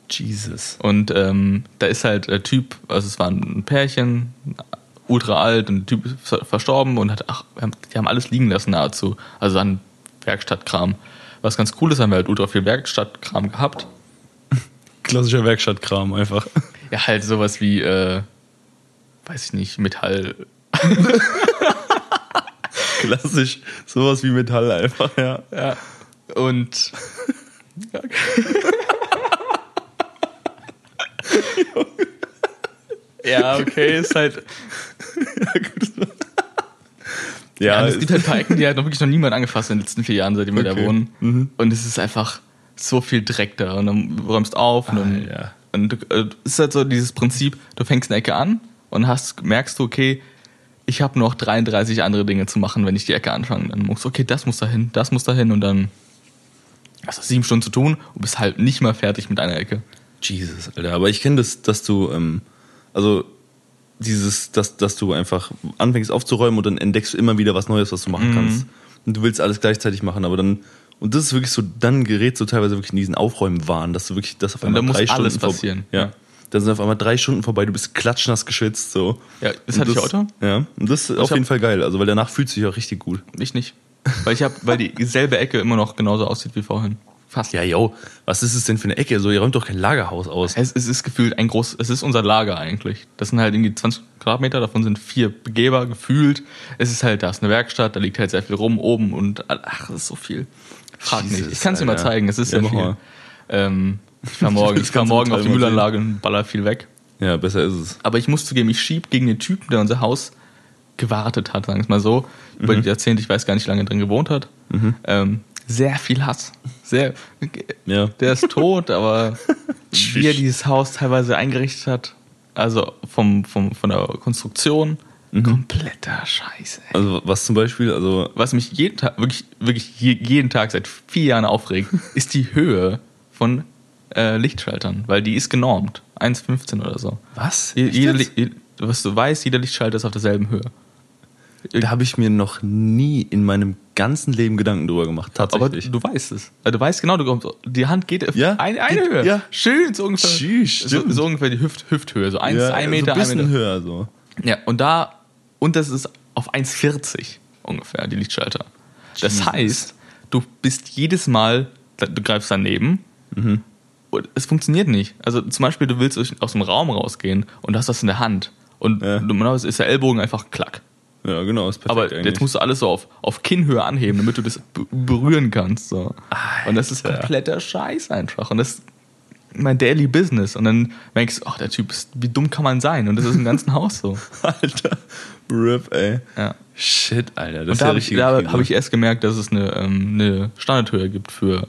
Speaker 1: Jesus.
Speaker 2: Und ähm, da ist halt der Typ, also es war ein Pärchen, ultra alt, und der Typ ist ver- verstorben und hat, ach, wir haben- die haben alles liegen lassen nahezu. Also an Werkstattkram. Was ganz cool ist, haben wir halt ultra viel Werkstattkram gehabt.
Speaker 1: Klassischer Werkstattkram einfach.
Speaker 2: Ja, halt sowas wie, äh, weiß ich nicht, Metall,
Speaker 1: Klassisch. Sowas wie Metall einfach, ja.
Speaker 2: Ja. Und. ja, okay, ist halt. Ja, es gibt halt ein paar Ecken, die hat noch wirklich noch niemand angefasst in den letzten vier Jahren, seitdem wir da
Speaker 1: Okay.
Speaker 2: wohnen. Und es ist einfach so viel Dreck da. Und dann räumst du auf und dann.
Speaker 1: Alter.
Speaker 2: Und du, äh, es ist halt so dieses Prinzip, du fängst eine Ecke an und hast, merkst du, okay, ich habe noch 33 andere Dinge zu machen, wenn ich die Ecke anfange. Dann musst du, okay, das muss dahin, das muss dahin und dann hast du sieben Stunden zu tun und bist halt nicht mal fertig mit einer Ecke.
Speaker 1: Jesus, Alter. Aber ich kenne das, dass du, ähm, also dieses, dass, dass du einfach anfängst aufzuräumen und dann entdeckst du immer wieder was Neues, was du
Speaker 2: Mhm.
Speaker 1: machen kannst. Und du willst alles gleichzeitig machen, aber dann, und das ist wirklich so, dann gerät so teilweise wirklich in diesen Aufräumen-Wahn, dass du wirklich, dass auf einmal
Speaker 2: dann muss
Speaker 1: drei Stunden
Speaker 2: alles
Speaker 1: vorb-
Speaker 2: passieren.
Speaker 1: Ja.
Speaker 2: Ja.
Speaker 1: Dann sind auf einmal drei Stunden vorbei, du bist klatschnass geschwitzt, so.
Speaker 2: Ja, halt das
Speaker 1: Und
Speaker 2: hatte ich heute.
Speaker 1: Ja, und das ist auf
Speaker 2: hab-
Speaker 1: jeden Fall geil, also weil danach fühlt sich auch richtig gut.
Speaker 2: Ich nicht. Weil ich habe, weil die selbe Ecke immer noch genauso aussieht wie vorhin. Fast.
Speaker 1: Ja, yo, was ist es denn für eine Ecke? So, ihr räumt doch kein Lagerhaus aus.
Speaker 2: Es, es ist gefühlt ein groß, es ist unser Lager eigentlich. Das sind halt irgendwie 20 Quadratmeter, davon sind vier Begeber gefühlt. Es ist halt, da ist eine Werkstatt, da liegt halt sehr viel rum, oben und ach, das ist so viel. Frag
Speaker 1: Jesus,
Speaker 2: nicht. Ich kann es dir mal
Speaker 1: Alter.
Speaker 2: zeigen, es ist
Speaker 1: Ja,
Speaker 2: ja,
Speaker 1: mach
Speaker 2: viel.
Speaker 1: mal.
Speaker 2: Ähm, ich fahr morgen,
Speaker 1: Das
Speaker 2: ich fahr
Speaker 1: kannst du
Speaker 2: morgen
Speaker 1: total
Speaker 2: auf die
Speaker 1: mal sehen.
Speaker 2: Müllanlage und baller viel weg.
Speaker 1: Ja, besser ist es.
Speaker 2: Aber ich muss zugeben, ich schieb gegen den Typen, der unser Haus gewartet hat, sagen wir es mal so, über
Speaker 1: Mhm.
Speaker 2: die Jahrzehnte, ich weiß gar nicht, lange drin gewohnt hat. Ähm, sehr viel Hass. Sehr.
Speaker 1: Ja.
Speaker 2: Der ist tot, aber wie er
Speaker 1: Tschüss.
Speaker 2: dieses Haus teilweise eingerichtet hat, also vom, vom, von der Konstruktion, kompletter Scheiße. Ey.
Speaker 1: Mhm. Also, was zum Beispiel, also,
Speaker 2: Was mich jeden Tag, wirklich, wirklich je- jeden Tag seit vier Jahren aufregt, ist die Höhe von äh, Lichtschaltern, weil die ist genormt. 1,15 oder so.
Speaker 1: was?
Speaker 2: Je- Jeder,
Speaker 1: Echt jetzt?
Speaker 2: Li- je- was du weißt, jeder Lichtschalter ist auf derselben Höhe.
Speaker 1: Da habe ich mir noch nie in meinem ganzen Leben Gedanken drüber gemacht,
Speaker 2: Aber
Speaker 1: tatsächlich.
Speaker 2: du weißt es. Also Du weißt genau, du kommst, die Hand geht auf
Speaker 1: Ja,
Speaker 2: eine, eine
Speaker 1: geht-
Speaker 2: Höhe.
Speaker 1: ja.
Speaker 2: Schön, so ungefähr,
Speaker 1: Tschüss,
Speaker 2: so,
Speaker 1: stimmt.
Speaker 2: so ungefähr die Hüft, Hüfthöhe, so 1,
Speaker 1: ja,
Speaker 2: ein Meter,
Speaker 1: so ein bisschen
Speaker 2: ein Meter.
Speaker 1: höher, so.
Speaker 2: Ja, und da, und das ist auf 1,40 ungefähr, die Lichtschalter. Das
Speaker 1: Jesus.
Speaker 2: heißt, du bist jedes Mal, du greifst daneben
Speaker 1: Mhm.
Speaker 2: und es funktioniert nicht. Also zum Beispiel, du willst aus dem Raum rausgehen und du hast das in der Hand und
Speaker 1: Ja.
Speaker 2: normalerweise ist der Ellbogen einfach klack.
Speaker 1: Ja, genau, ist perfekt
Speaker 2: Aber
Speaker 1: eigentlich.
Speaker 2: jetzt musst du alles so auf, auf Kinnhöhe anheben, damit du das b- berühren kannst. So. Und das ist
Speaker 1: Alter.
Speaker 2: kompletter Scheiß einfach. Und das ist mein Daily Business. Und dann merkst du, ach, der Typ ist, wie dumm kann man sein? Und das ist im ganzen Haus so.
Speaker 1: Alter, RIP, ey.
Speaker 2: Ja.
Speaker 1: Shit, Alter, das
Speaker 2: Und
Speaker 1: ist ja
Speaker 2: da habe ich,
Speaker 1: richtig. ne?
Speaker 2: da hab ich erst gemerkt, dass es eine, ähm, eine Standardhöhe gibt für,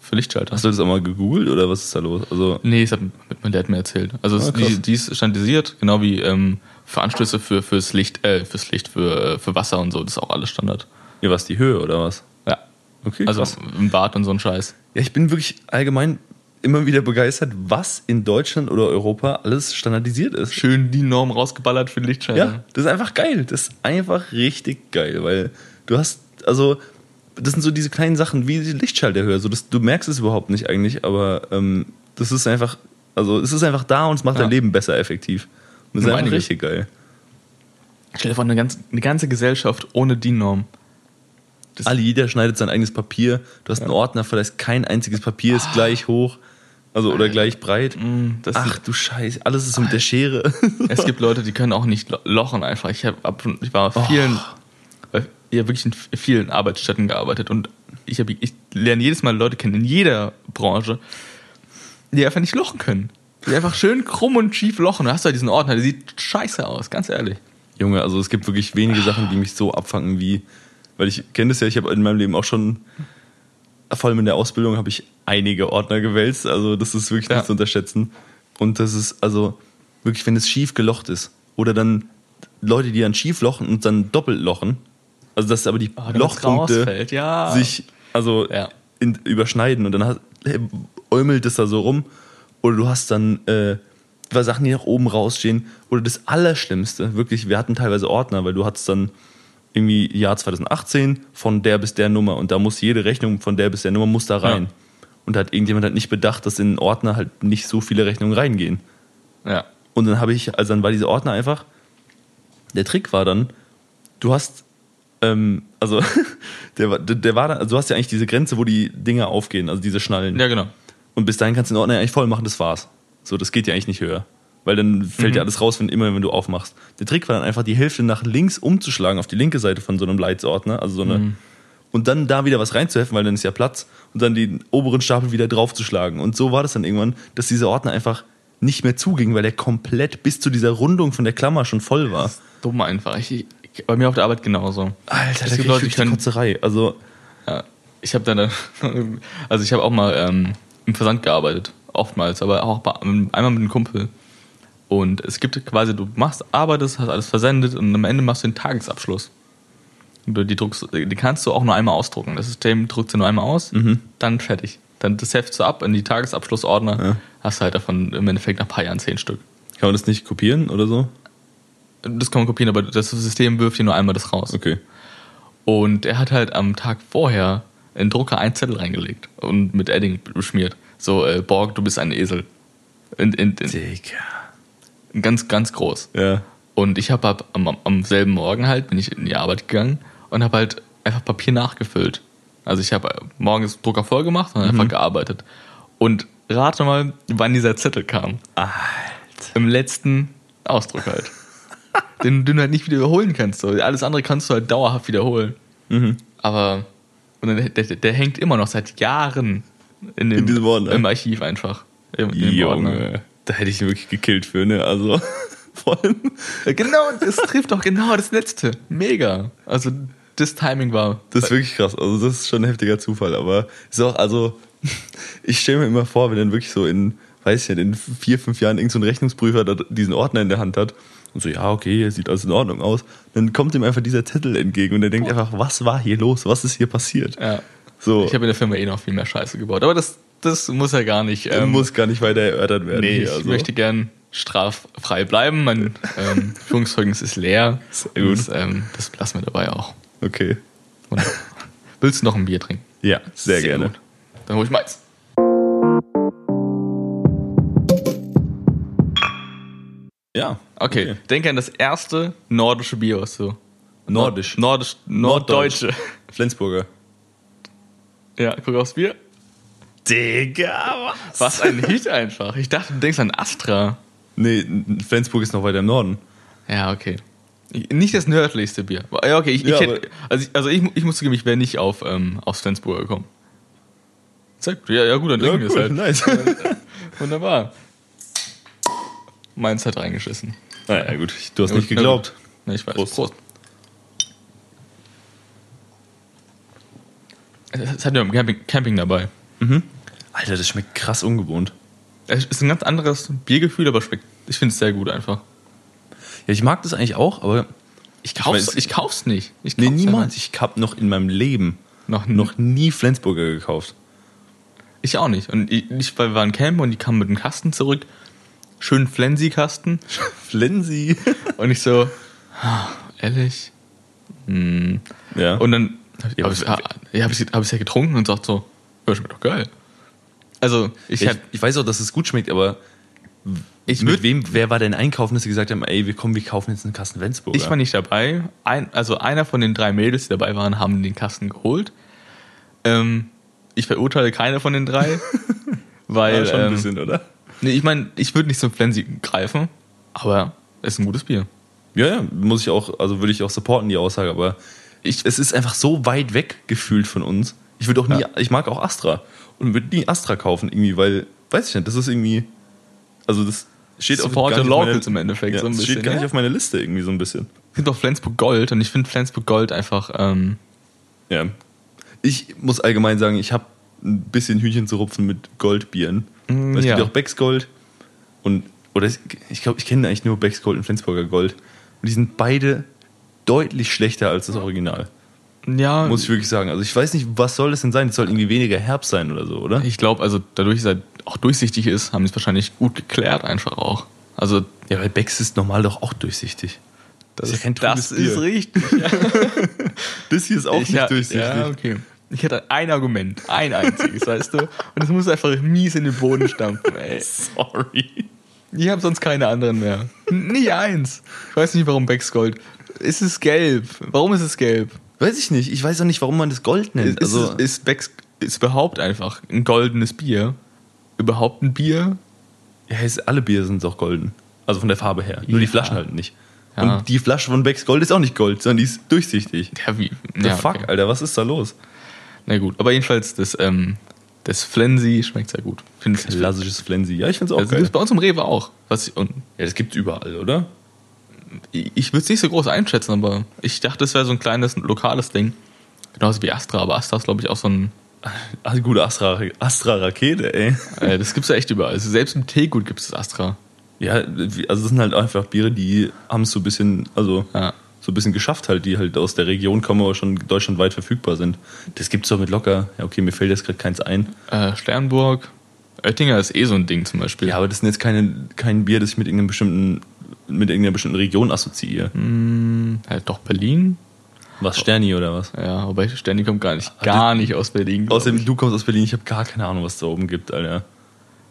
Speaker 2: für Lichtschalter.
Speaker 1: Hast du das auch mal gegoogelt oder was ist da los? Also,
Speaker 2: nee, ich habe Hat mir- Der hat mir erzählt. Also es,
Speaker 1: Ah, krass.
Speaker 2: die, die ist standardisiert, genau wie ähm, für Anschlüsse für, fürs Licht, äh, fürs Licht, für, äh, für Wasser und so, das ist auch alles Standard.
Speaker 1: Ja, was, die Höhe oder was?
Speaker 2: Ja.
Speaker 1: Okay,
Speaker 2: Also
Speaker 1: krass.
Speaker 2: im Bad und so ein Scheiß.
Speaker 1: Ja, ich bin wirklich allgemein immer wieder begeistert, was in Deutschland oder Europa alles standardisiert ist.
Speaker 2: Schön die Norm rausgeballert für den Lichtschalter.
Speaker 1: Ja, das ist einfach geil. Das ist einfach richtig geil, weil du hast, also, das sind so diese kleinen Sachen wie die Lichtschalterhöhe. So, das, du merkst es überhaupt nicht eigentlich, aber ähm, das ist einfach, also, es ist einfach da und es macht
Speaker 2: Ja.
Speaker 1: dein Leben besser effektiv. Und das
Speaker 2: Um
Speaker 1: ist einfach
Speaker 2: einiges.
Speaker 1: richtig geil.
Speaker 2: Stell dir vor, eine ganze, eine ganze Gesellschaft ohne die Norm. Das-
Speaker 1: Alle, jeder schneidet sein eigenes Papier. Du hast einen Ordner, vielleicht kein einziges Papier ist gleich hoch. Also, oder gleich breit.
Speaker 2: Ah. Mm, das
Speaker 1: Ach du Scheiße, alles ist mit der Schere.
Speaker 2: Es gibt Leute, die können auch nicht lo- lochen einfach. Ich, hab, ab- ich war auf vielen, bei- ja, wirklich in f- vielen Arbeitsstätten gearbeitet und ich, hab, ich lerne jedes Mal Leute kennen in jeder Branche, die einfach nicht lochen können. Die einfach schön krumm und schief lochen. Da hast du halt diesen Ordner, der sieht scheiße aus, ganz ehrlich.
Speaker 1: Junge, also es gibt wirklich wenige Sachen, die mich so abfangen wie, weil ich kenne das ja, ich habe in meinem Leben auch schon, äh, vor allem in der Ausbildung habe ich einige Ordner gewälzt, also das ist wirklich
Speaker 2: Ja.
Speaker 1: nicht zu unterschätzen. Und das ist also wirklich, wenn es schief gelocht ist oder dann Leute, die dann schief lochen und dann doppelt lochen, also dass aber die
Speaker 2: damit's
Speaker 1: Lochpunkte
Speaker 2: Oh, rausfällt, ja.
Speaker 1: sich also
Speaker 2: Ja.
Speaker 1: in, überschneiden und dann hast, äh, äumelt es da so rum oder du hast dann äh, zwei Sachen, die nach oben rausstehen oder das Allerschlimmste, wirklich, wir hatten teilweise Ordner, weil du hattest dann irgendwie Jahr 2018 von der bis der Nummer und da muss jede Rechnung von der bis der Nummer muss da rein.
Speaker 2: Ja.
Speaker 1: Und da hat irgendjemand halt nicht bedacht, dass in einen Ordner halt nicht so viele Rechnungen reingehen.
Speaker 2: Ja.
Speaker 1: Und dann habe ich, also dann war dieser Ordner einfach. Der Trick war dann, du hast, ähm, also der, war- der, der war dann, also du hast ja eigentlich diese Grenze, wo die Dinger aufgehen, also diese Schnallen.
Speaker 2: Ja, genau.
Speaker 1: Und bis dahin kannst du den Ordner ja eigentlich voll machen, das war's. So, das geht ja eigentlich nicht höher. Weil dann fällt ja alles raus, wenn immer, wenn du aufmachst. Der Trick war dann einfach, die Hälfte nach links umzuschlagen, auf die linke Seite von so einem Leitsordner, also so eine. Und dann da wieder was reinzuhelfen, weil dann ist ja Platz. Und dann den oberen Stapel wieder draufzuschlagen. Und so war das dann irgendwann, dass dieser Ordner einfach nicht mehr zuging, weil der komplett bis zu dieser Rundung von der Klammer schon voll war.
Speaker 2: Dumm einfach. Ich, ich, bei mir auf der Arbeit genauso.
Speaker 1: Alter,
Speaker 2: Es
Speaker 1: da
Speaker 2: gibt
Speaker 1: krieg ich
Speaker 2: Leute, die
Speaker 1: wirklich
Speaker 2: können-
Speaker 1: Kotzerei. Also,
Speaker 2: Ja, ich habe dann, also ich habe auch mal ähm, im Versand gearbeitet, oftmals, aber auch bei, ähm, einmal mit einem Kumpel. Und es gibt quasi, du machst, arbeitest, hast alles versendet und am Ende machst du den Tagesabschluss. Und du- Die, druckst, die kannst du auch nur einmal ausdrucken. Das System druckt sie nur einmal aus, dann fertig. Dann das heftest du ab in die Tagesabschlussordner,
Speaker 1: Ja.
Speaker 2: hast halt davon im Endeffekt nach ein paar Jahren zehn Stück.
Speaker 1: kann man das nicht kopieren oder so?
Speaker 2: Das kann man kopieren, aber das System wirft dir nur einmal das raus.
Speaker 1: Okay.
Speaker 2: Und er hat halt am Tag vorher in den Drucker einen Zettel reingelegt und mit Edding beschmiert. So, äh, Borg, du bist ein Esel. In, in,
Speaker 1: Digga.
Speaker 2: in, ganz, ganz groß.
Speaker 1: Ja.
Speaker 2: Und ich habe hab am, am selben Morgen halt, bin ich in die Arbeit gegangen und habe halt einfach Papier nachgefüllt. Also ich habe morgens Drucker voll gemacht und einfach gearbeitet. Und rate mal, wann dieser Zettel kam.
Speaker 1: Alter.
Speaker 2: Im letzten Ausdruck halt. den du halt nicht wieder wiederholen kannst. So. Alles andere kannst du halt dauerhaft wiederholen.
Speaker 1: Mhm.
Speaker 2: Aber und dann, der, der, der hängt immer noch seit Jahren in, dem,
Speaker 1: In diesem Ordner.
Speaker 2: im Archiv einfach. Im, in dem Ordner.
Speaker 1: Junge, da hätte ich ihn wirklich gekillt für, ne? Also, vor allem.
Speaker 2: Genau, das trifft doch genau das letzte. Mega. Also das Timing war.
Speaker 1: Das ist wirklich krass. Also, das ist schon ein heftiger Zufall, aber ist auch, also, ich stelle mir immer vor, wenn dann wirklich so in, weiß ich nicht, in vier, fünf Jahren irgendein so ein Rechnungsprüfer da diesen Ordner in der Hand hat und so, ja, okay, hier sieht alles in Ordnung aus, dann kommt ihm einfach dieser Zettel entgegen und er denkt einfach, was war hier los? Was ist hier passiert?
Speaker 2: ja.
Speaker 1: So,
Speaker 2: Ich habe in der Firma eh noch viel mehr Scheiße gebaut. Aber das, das muss ja gar nicht. ähm,
Speaker 1: muss gar nicht weiter erörtert werden.
Speaker 2: nee,
Speaker 1: hier,
Speaker 2: ich
Speaker 1: also.
Speaker 2: möchte gern straffrei bleiben. Mein ähm, Führungszeugnis ist leer.
Speaker 1: Sehr gut.
Speaker 2: Und, ähm, das lassen wir dabei auch.
Speaker 1: Okay.
Speaker 2: Wunderbar. Willst du noch ein Bier trinken?
Speaker 1: Ja, sehr, gerne.
Speaker 2: gut. Dann hol ich meins.
Speaker 1: Ja.
Speaker 2: Okay,
Speaker 1: Okay.
Speaker 2: denke an das erste nordische Bier, was du.
Speaker 1: Nordisch.
Speaker 2: Nordisch, norddeutsche.
Speaker 1: Flensburger.
Speaker 2: Ja, guck aufs Bier.
Speaker 1: Digga, was?
Speaker 2: Was ein Hit einfach. Ich dachte, du denkst an Astra.
Speaker 1: Nee, Flensburg ist noch weiter im Norden.
Speaker 2: Ja, okay. Ich- Nicht das nördlichste Bier. Ja, okay, ich, ich
Speaker 1: Ja,
Speaker 2: hätte, also, ich, also ich, mu- ich muss zugeben, ich wäre nicht auf, ähm, auf Flensburg gekommen. Sehr gut. Ja, ja, gut, dann trinken wir es halt.
Speaker 1: nice.
Speaker 2: Wunderbar. Meins hat reingeschissen.
Speaker 1: naja, gut, ich- du hast nicht
Speaker 2: Na gut.
Speaker 1: geglaubt.
Speaker 2: Ja, ich weiß.
Speaker 1: Prost.
Speaker 2: Es es hat ja im Camping, Camping dabei.
Speaker 1: Alter, das schmeckt krass ungewohnt.
Speaker 2: Es ist ein ganz anderes Biergefühl, aber schmeckt. Ich finde es sehr gut einfach.
Speaker 1: Ja, ich mag das eigentlich auch, aber
Speaker 2: Ich kauf's,
Speaker 1: weiß-
Speaker 2: ich kauf's nicht. Ich
Speaker 1: nee,
Speaker 2: kauf's
Speaker 1: niemals. Ich hab noch in meinem Leben
Speaker 2: Noch, noch.
Speaker 1: noch nie Flensburger gekauft.
Speaker 2: Ich auch nicht. Und ich, ich, weil wir waren campen und die kamen mit einem Kasten zurück. Schönen Flensi-Kasten.
Speaker 1: Flensi.
Speaker 2: Und ich so, ah, ehrlich. Hm.
Speaker 1: ja.
Speaker 2: Und dann habe ich
Speaker 1: Ja,
Speaker 2: es
Speaker 1: aber-
Speaker 2: ja, hab ich, hab ich's ja getrunken und sagt so, ja, schmeckt doch geil. Also, ich,
Speaker 1: ich,
Speaker 2: hab,
Speaker 1: ich weiß auch, dass es gut schmeckt, aber
Speaker 2: ich,
Speaker 1: mit
Speaker 2: würd-
Speaker 1: wem, wer war denn einkaufen, dass sie gesagt haben, ey, wir kommen, wir kaufen jetzt einen Kasten Flensburger?
Speaker 2: ich war nicht dabei. Ein, also, einer von den drei Mädels, die dabei waren, haben den Kasten geholt. Ähm, ich verurteile keine von den drei. weil,
Speaker 1: ja, schon ein
Speaker 2: ähm,
Speaker 1: bisschen, oder?
Speaker 2: nee, ich meine, ich würde nicht zum Flensi greifen, aber es ist ein gutes Bier.
Speaker 1: Ja, ja, muss ich auch, also würde ich auch supporten, die Aussage, aber ich, es ist einfach so weit weg gefühlt von uns. Ich würde auch nie,
Speaker 2: Ja.
Speaker 1: ich mag auch Astra und würde nie Astra kaufen, irgendwie, weil, weiß ich nicht, das ist irgendwie, also das steht auf
Speaker 2: Support
Speaker 1: gar nicht
Speaker 2: the
Speaker 1: auf meiner-
Speaker 2: locals im Endeffekt,
Speaker 1: Ja,
Speaker 2: so ein
Speaker 1: das
Speaker 2: bisschen,
Speaker 1: steht gar
Speaker 2: ja.
Speaker 1: nicht auf meiner Liste irgendwie so ein bisschen.
Speaker 2: Es gibt auch Flensburg Gold und ich finde Flensburg Gold einfach, ähm,
Speaker 1: Ja. Ich muss allgemein sagen, ich habe ein bisschen Hühnchen zu rupfen mit Goldbieren.
Speaker 2: Mm,
Speaker 1: Weil es
Speaker 2: ja.
Speaker 1: gibt ja auch Becks Gold und oder es- ich glaube, ich kenne eigentlich nur Becks Gold und Flensburger Gold und die sind beide deutlich schlechter als das Original.
Speaker 2: ja.
Speaker 1: Muss ich wirklich sagen. Also ich weiß nicht, was soll das denn sein? Das soll irgendwie weniger herb sein oder so, oder?
Speaker 2: Ich glaube, also dadurch, dass er auch durchsichtig ist, haben die es wahrscheinlich gut geklärt, einfach auch. Also,
Speaker 1: Ja, weil Becks ist normal doch auch durchsichtig. Das ist ja kein trübes
Speaker 2: das ist
Speaker 1: Bier.
Speaker 2: richtig.
Speaker 1: Das hier ist auch
Speaker 2: Ich
Speaker 1: nicht
Speaker 2: hab-
Speaker 1: durchsichtig.
Speaker 2: Ja, okay. Ich hätte ein Argument, ein einziges, weißt du? Und es muss einfach mies in den Boden stampfen, ey.
Speaker 1: Sorry.
Speaker 2: Ich habe sonst keine anderen mehr. N- Nicht eins. Ich weiß nicht, warum Becks Gold. Ist es gelb? Warum ist es gelb?
Speaker 1: Weiß ich nicht. Ich weiß auch nicht, warum man das Gold nennt.
Speaker 2: Ist,
Speaker 1: Also,
Speaker 2: ist, ist Becks ist überhaupt einfach ein goldenes Bier? Überhaupt ein Bier?
Speaker 1: Ja, es, alle Bier sind auch golden. Also von der Farbe her. Nur die
Speaker 2: Ja.
Speaker 1: Flaschen halt nicht.
Speaker 2: Ja.
Speaker 1: Und die Flasche von Becks Gold ist auch nicht Gold, sondern die ist durchsichtig.
Speaker 2: Ja, wie?
Speaker 1: The
Speaker 2: ja, okay.
Speaker 1: fuck, Alter, was ist da los?
Speaker 2: Na gut, aber jedenfalls das, ähm, das Flensi schmeckt sehr gut. Finde ich sehr
Speaker 1: Klassisches Flensi. Ja, ich find's auch
Speaker 2: also,
Speaker 1: geil.
Speaker 2: gibt's bei uns im Rewe auch. Was ich, und
Speaker 1: Ja, das gibt's überall, oder?
Speaker 2: ich, ich würde es nicht so groß einschätzen, aber ich dachte, es wäre so ein kleines lokales Ding. Genauso wie Astra, aber Astra ist, glaube ich, auch so ein.
Speaker 1: Ach, die gute Astra- Astra-Rakete, ey.
Speaker 2: Äh, das gibt's ja echt überall. Also selbst im Teegut gibt es Astra.
Speaker 1: Ja, wie- also das sind halt einfach Biere, die haben es so ein bisschen, also
Speaker 2: Ja.
Speaker 1: so ein bisschen geschafft halt, die halt aus der Region kommen, aber schon deutschlandweit verfügbar sind. Das gibt's doch mit locker. Ja, okay, mir fällt jetzt gerade keins ein.
Speaker 2: Äh, Sternburg. Oettinger ist eh so ein Ding zum Beispiel.
Speaker 1: Ja, aber das sind jetzt keine, kein Bier, das ich mit irgendeinem bestimmten, mit irgendeiner bestimmten Region assoziiere.
Speaker 2: Äh, doch Berlin.
Speaker 1: Was, Sterni oder was?
Speaker 2: Ja, aber Sterni kommt gar nicht, gar nicht Ah, aus Berlin. glaub
Speaker 1: Außerdem, du kommst aus Berlin, ich habe gar keine Ahnung, was es da oben gibt, Alter.
Speaker 2: ich.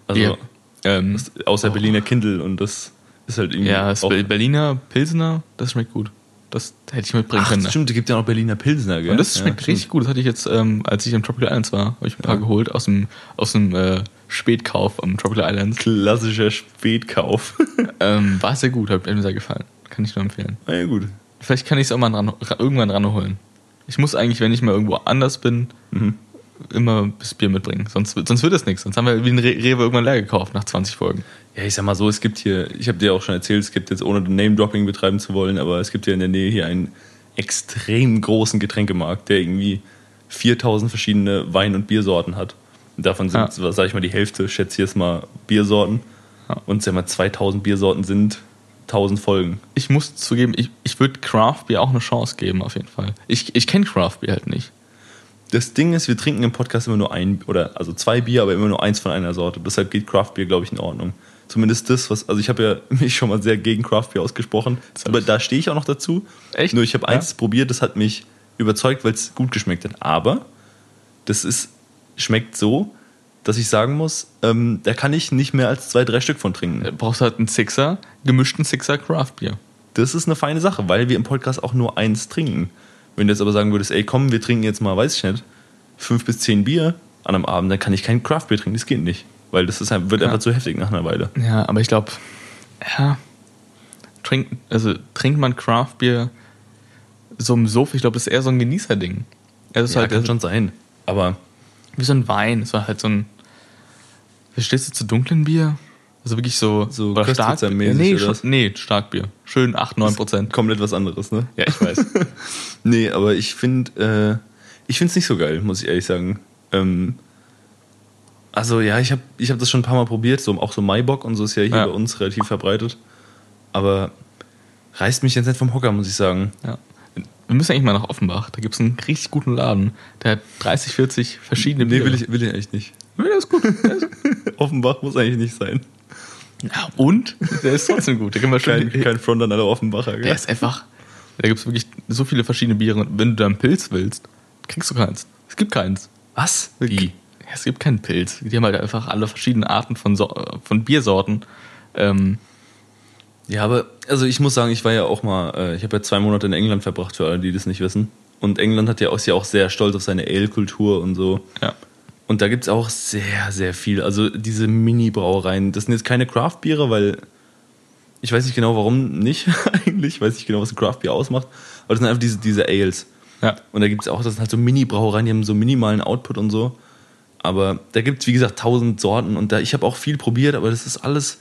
Speaker 1: Also,
Speaker 2: ja. Ähm,
Speaker 1: außer Berliner Kindle und das ist halt irgendwie.
Speaker 2: ja, das
Speaker 1: auch,
Speaker 2: Be- Berliner Pilsner, das schmeckt gut. Das hätte ich mitbringen
Speaker 1: Ach,
Speaker 2: können.
Speaker 1: stimmt, es gibt ja noch Berliner Pilsner, gell?
Speaker 2: Und das schmeckt
Speaker 1: ja, stimmt.
Speaker 2: richtig gut. Das hatte ich jetzt, ähm, als ich am Tropical Islands war, habe ich ein paar geholt aus dem, aus dem äh, Spätkauf am Tropical Islands.
Speaker 1: Klassischer Spätkauf.
Speaker 2: Ähm, war sehr gut, hat mir sehr gefallen. Kann ich nur empfehlen.
Speaker 1: Na ja, gut.
Speaker 2: Vielleicht kann ich es auch mal ran, ra- irgendwann ranholen. Ich muss eigentlich, wenn ich mal irgendwo anders bin, immer das Bier mitbringen. Sonst, wird- sonst wird das nichts. Sonst haben wir wie ein Re Rewe irgendwann leer gekauft nach 20 Folgen.
Speaker 1: Ja, ich sag mal so, es gibt hier, ich habe dir auch schon erzählt, es gibt jetzt, ohne Name-Dropping betreiben zu wollen, aber es gibt hier in der Nähe hier einen extrem großen Getränkemarkt, der irgendwie 4000 verschiedene Wein- und Biersorten hat. Und davon sind,
Speaker 2: Ja.
Speaker 1: sag ich mal, die Hälfte, schätze ich jetzt mal, Biersorten.
Speaker 2: Ja.
Speaker 1: Und sag mal, 2000 Biersorten sind 1000 Folgen.
Speaker 2: Ich muss zugeben, ich, ich würde Craft Beer auch eine Chance geben, auf jeden Fall. Ich, ich kenne Craft Beer halt nicht.
Speaker 1: Das Ding ist, wir trinken im Podcast immer nur ein, oder also zwei Bier, aber immer nur eins von einer Sorte. Deshalb geht Craft Beer, glaube ich, in Ordnung. Zumindest das, was, also ich habe ja mich schon mal sehr gegen Craft Beer ausgesprochen,
Speaker 2: hab
Speaker 1: aber
Speaker 2: ich-
Speaker 1: da stehe ich auch noch dazu.
Speaker 2: Echt?
Speaker 1: Nur ich habe
Speaker 2: Ja.
Speaker 1: eins probiert, das hat mich überzeugt, weil es gut geschmeckt hat. Aber das ist, schmeckt so, dass ich sagen muss, ähm, da kann ich nicht mehr als zwei, drei Stück von trinken.
Speaker 2: Da brauchst du halt einen Sixer, gemischten Sixer Craft Beer.
Speaker 1: Das ist eine feine Sache, weil wir im Podcast auch nur eins trinken. Wenn du jetzt aber sagen würdest, ey, komm, wir trinken jetzt mal, weiß ich nicht, fünf bis zehn Bier an einem Abend, dann kann ich kein Craftbier trinken, das geht nicht. Weil das ist, ein- wird einfach zu heftig nach einer Weile.
Speaker 2: Ja, aber ich glaube, ja, trink, also trinkt man Craft Beer so im Sofa, ich glaube, das ist eher so ein Genießerding. Also es ist
Speaker 1: Ja,
Speaker 2: halt
Speaker 1: kann
Speaker 2: also,
Speaker 1: schon sein. Aber
Speaker 2: wie so ein Wein, es war halt so ein Verstehst du zu dunklen Bier? Also wirklich so
Speaker 1: So
Speaker 2: oder stark
Speaker 1: Köstlitzermäßig
Speaker 2: nee,
Speaker 1: oder
Speaker 2: schon-
Speaker 1: was?
Speaker 2: nee, Starkbier. Schön 8 9 Prozent.
Speaker 1: komplett was anderes, ne?
Speaker 2: Ja, ich weiß.
Speaker 1: Nee, aber ich finde, äh, ich finde es nicht so geil, muss ich ehrlich sagen. Ähm, Also ja, ich habe ich hab das schon ein paar Mal probiert, so, auch so Maibock und so ist ja hier
Speaker 2: Ja.
Speaker 1: bei uns relativ verbreitet. Aber reißt mich jetzt nicht vom Hocker, muss ich sagen.
Speaker 2: Ja. Wir müssen eigentlich mal nach Offenbach. Da gibt es einen richtig guten Laden. Der hat 30, 40 verschiedene
Speaker 1: Nee,
Speaker 2: Biere.
Speaker 1: will ich, will ich eigentlich nicht.
Speaker 2: Nee, der ist gut. Der ist,
Speaker 1: Offenbach muss eigentlich nicht sein.
Speaker 2: ja, und? Der ist trotzdem gut. Der können wir
Speaker 1: Kein,
Speaker 2: schön.
Speaker 1: kein Front an alle Offenbacher.
Speaker 2: Der
Speaker 1: Gell?
Speaker 2: ist einfach. Da gibt es wirklich so viele verschiedene Biere. Und Wenn du da einen Pilz willst, kriegst du keins. Es gibt keins.
Speaker 1: Was?
Speaker 2: Ja, es gibt keinen Pilz. Die haben halt einfach alle verschiedenen Arten von, so von Biersorten. Ähm,
Speaker 1: Ja, aber also ich muss sagen, ich war ja auch mal, äh, ich habe ja zwei Monate in England verbracht, für alle, die das nicht wissen. Und England hat ja auch, ist ja auch sehr stolz auf seine Ale-Kultur und so.
Speaker 2: ja.
Speaker 1: Und da gibt es auch sehr, sehr viel. Also diese Mini-Brauereien, das sind jetzt keine Craft-Biere, weil ich weiß nicht genau, warum nicht eigentlich. Ich weiß nicht genau, was ein Craft-Bier ausmacht. Aber das sind einfach diese, diese Ales.
Speaker 2: ja.
Speaker 1: Und da gibt es auch, das sind halt so Mini-Brauereien, die haben so minimalen Output und so. Aber da gibt es, wie gesagt, tausend Sorten und da, ich habe auch viel probiert, aber das ist alles,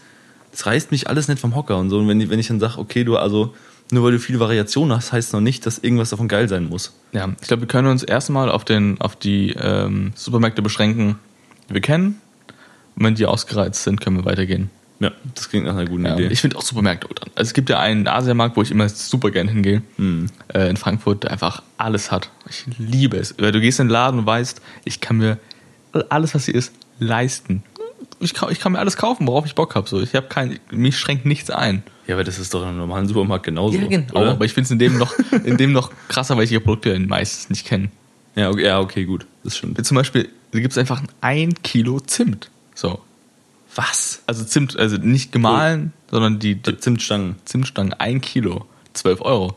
Speaker 1: das reißt mich alles nicht vom Hocker und so. Und wenn, ich- wenn ich dann sage, okay, du, also nur weil du viele Variationen hast, heißt noch nicht, dass irgendwas davon geil sein muss.
Speaker 2: Ja, ich glaube, wir können uns erstmal auf, den, auf die ähm, Supermärkte beschränken, die wir kennen. Und wenn die ausgereizt sind, können wir weitergehen.
Speaker 1: Ja, das klingt nach einer guten
Speaker 2: Ja,
Speaker 1: Idee.
Speaker 2: ich finde auch Supermärkte gut an. Also es gibt ja einen Asiamarkt, wo ich immer super gern hingehe. Äh, in Frankfurt, der einfach alles hat. Ich liebe es. Weil du gehst in den Laden und weißt, ich kann mir alles, was hier ist, leisten. Ich kann, ich kann mir alles kaufen, worauf ich Bock habe. So. Ich habe kein, mich schränkt nichts ein.
Speaker 1: ja, aber das ist doch im normalen Supermarkt genauso.
Speaker 2: Auch,
Speaker 1: oder?
Speaker 2: genau. aber ich finde es in dem noch, in dem noch krasser, weil ich die Produkte meistens nicht kenne.
Speaker 1: ja, okay, ja, okay, gut, das stimmt.
Speaker 2: Zum Beispiel gibt es einfach ein Kilo Zimt. So.
Speaker 1: Was?
Speaker 2: Also Zimt, also nicht gemahlen, sondern die, die
Speaker 1: Zimtstangen.
Speaker 2: Zimtstangen, ein Kilo, 12 Euro.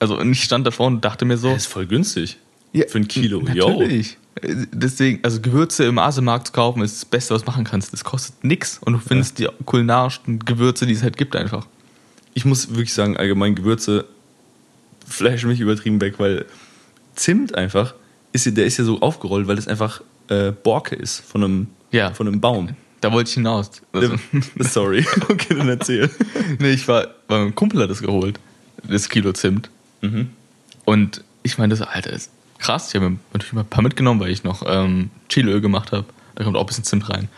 Speaker 2: Also und ich stand davor und dachte mir so,
Speaker 1: Das ist voll günstig.
Speaker 2: ja,
Speaker 1: Für ein Kilo, yo.
Speaker 2: natürlich. Äh, Deswegen, also Gewürze im Asiamarkt zu kaufen ist das Beste, was du machen kannst. Das kostet nichts und du findest die kulinarischsten Gewürze, die es halt gibt, einfach.
Speaker 1: ich muss wirklich sagen, allgemein Gewürze flashen mich übertrieben weg, weil Zimt einfach, ist, ja- der ist ja so aufgerollt, weil das einfach äh, Borke ist von einem,
Speaker 2: Ja.
Speaker 1: von einem Baum. Ne,
Speaker 2: Da wollte ich hinaus. Also,
Speaker 1: Sorry, okay, dann erzähl.
Speaker 2: nee, ich war, weil mein Kumpel hat das geholt, das Kilo Zimt. Und ich meine, das Alter ist krass. Ich habe mir natürlich mal ein paar mitgenommen, weil ich noch ähm, Chiliöl gemacht habe. Da kommt auch ein bisschen Zimt rein.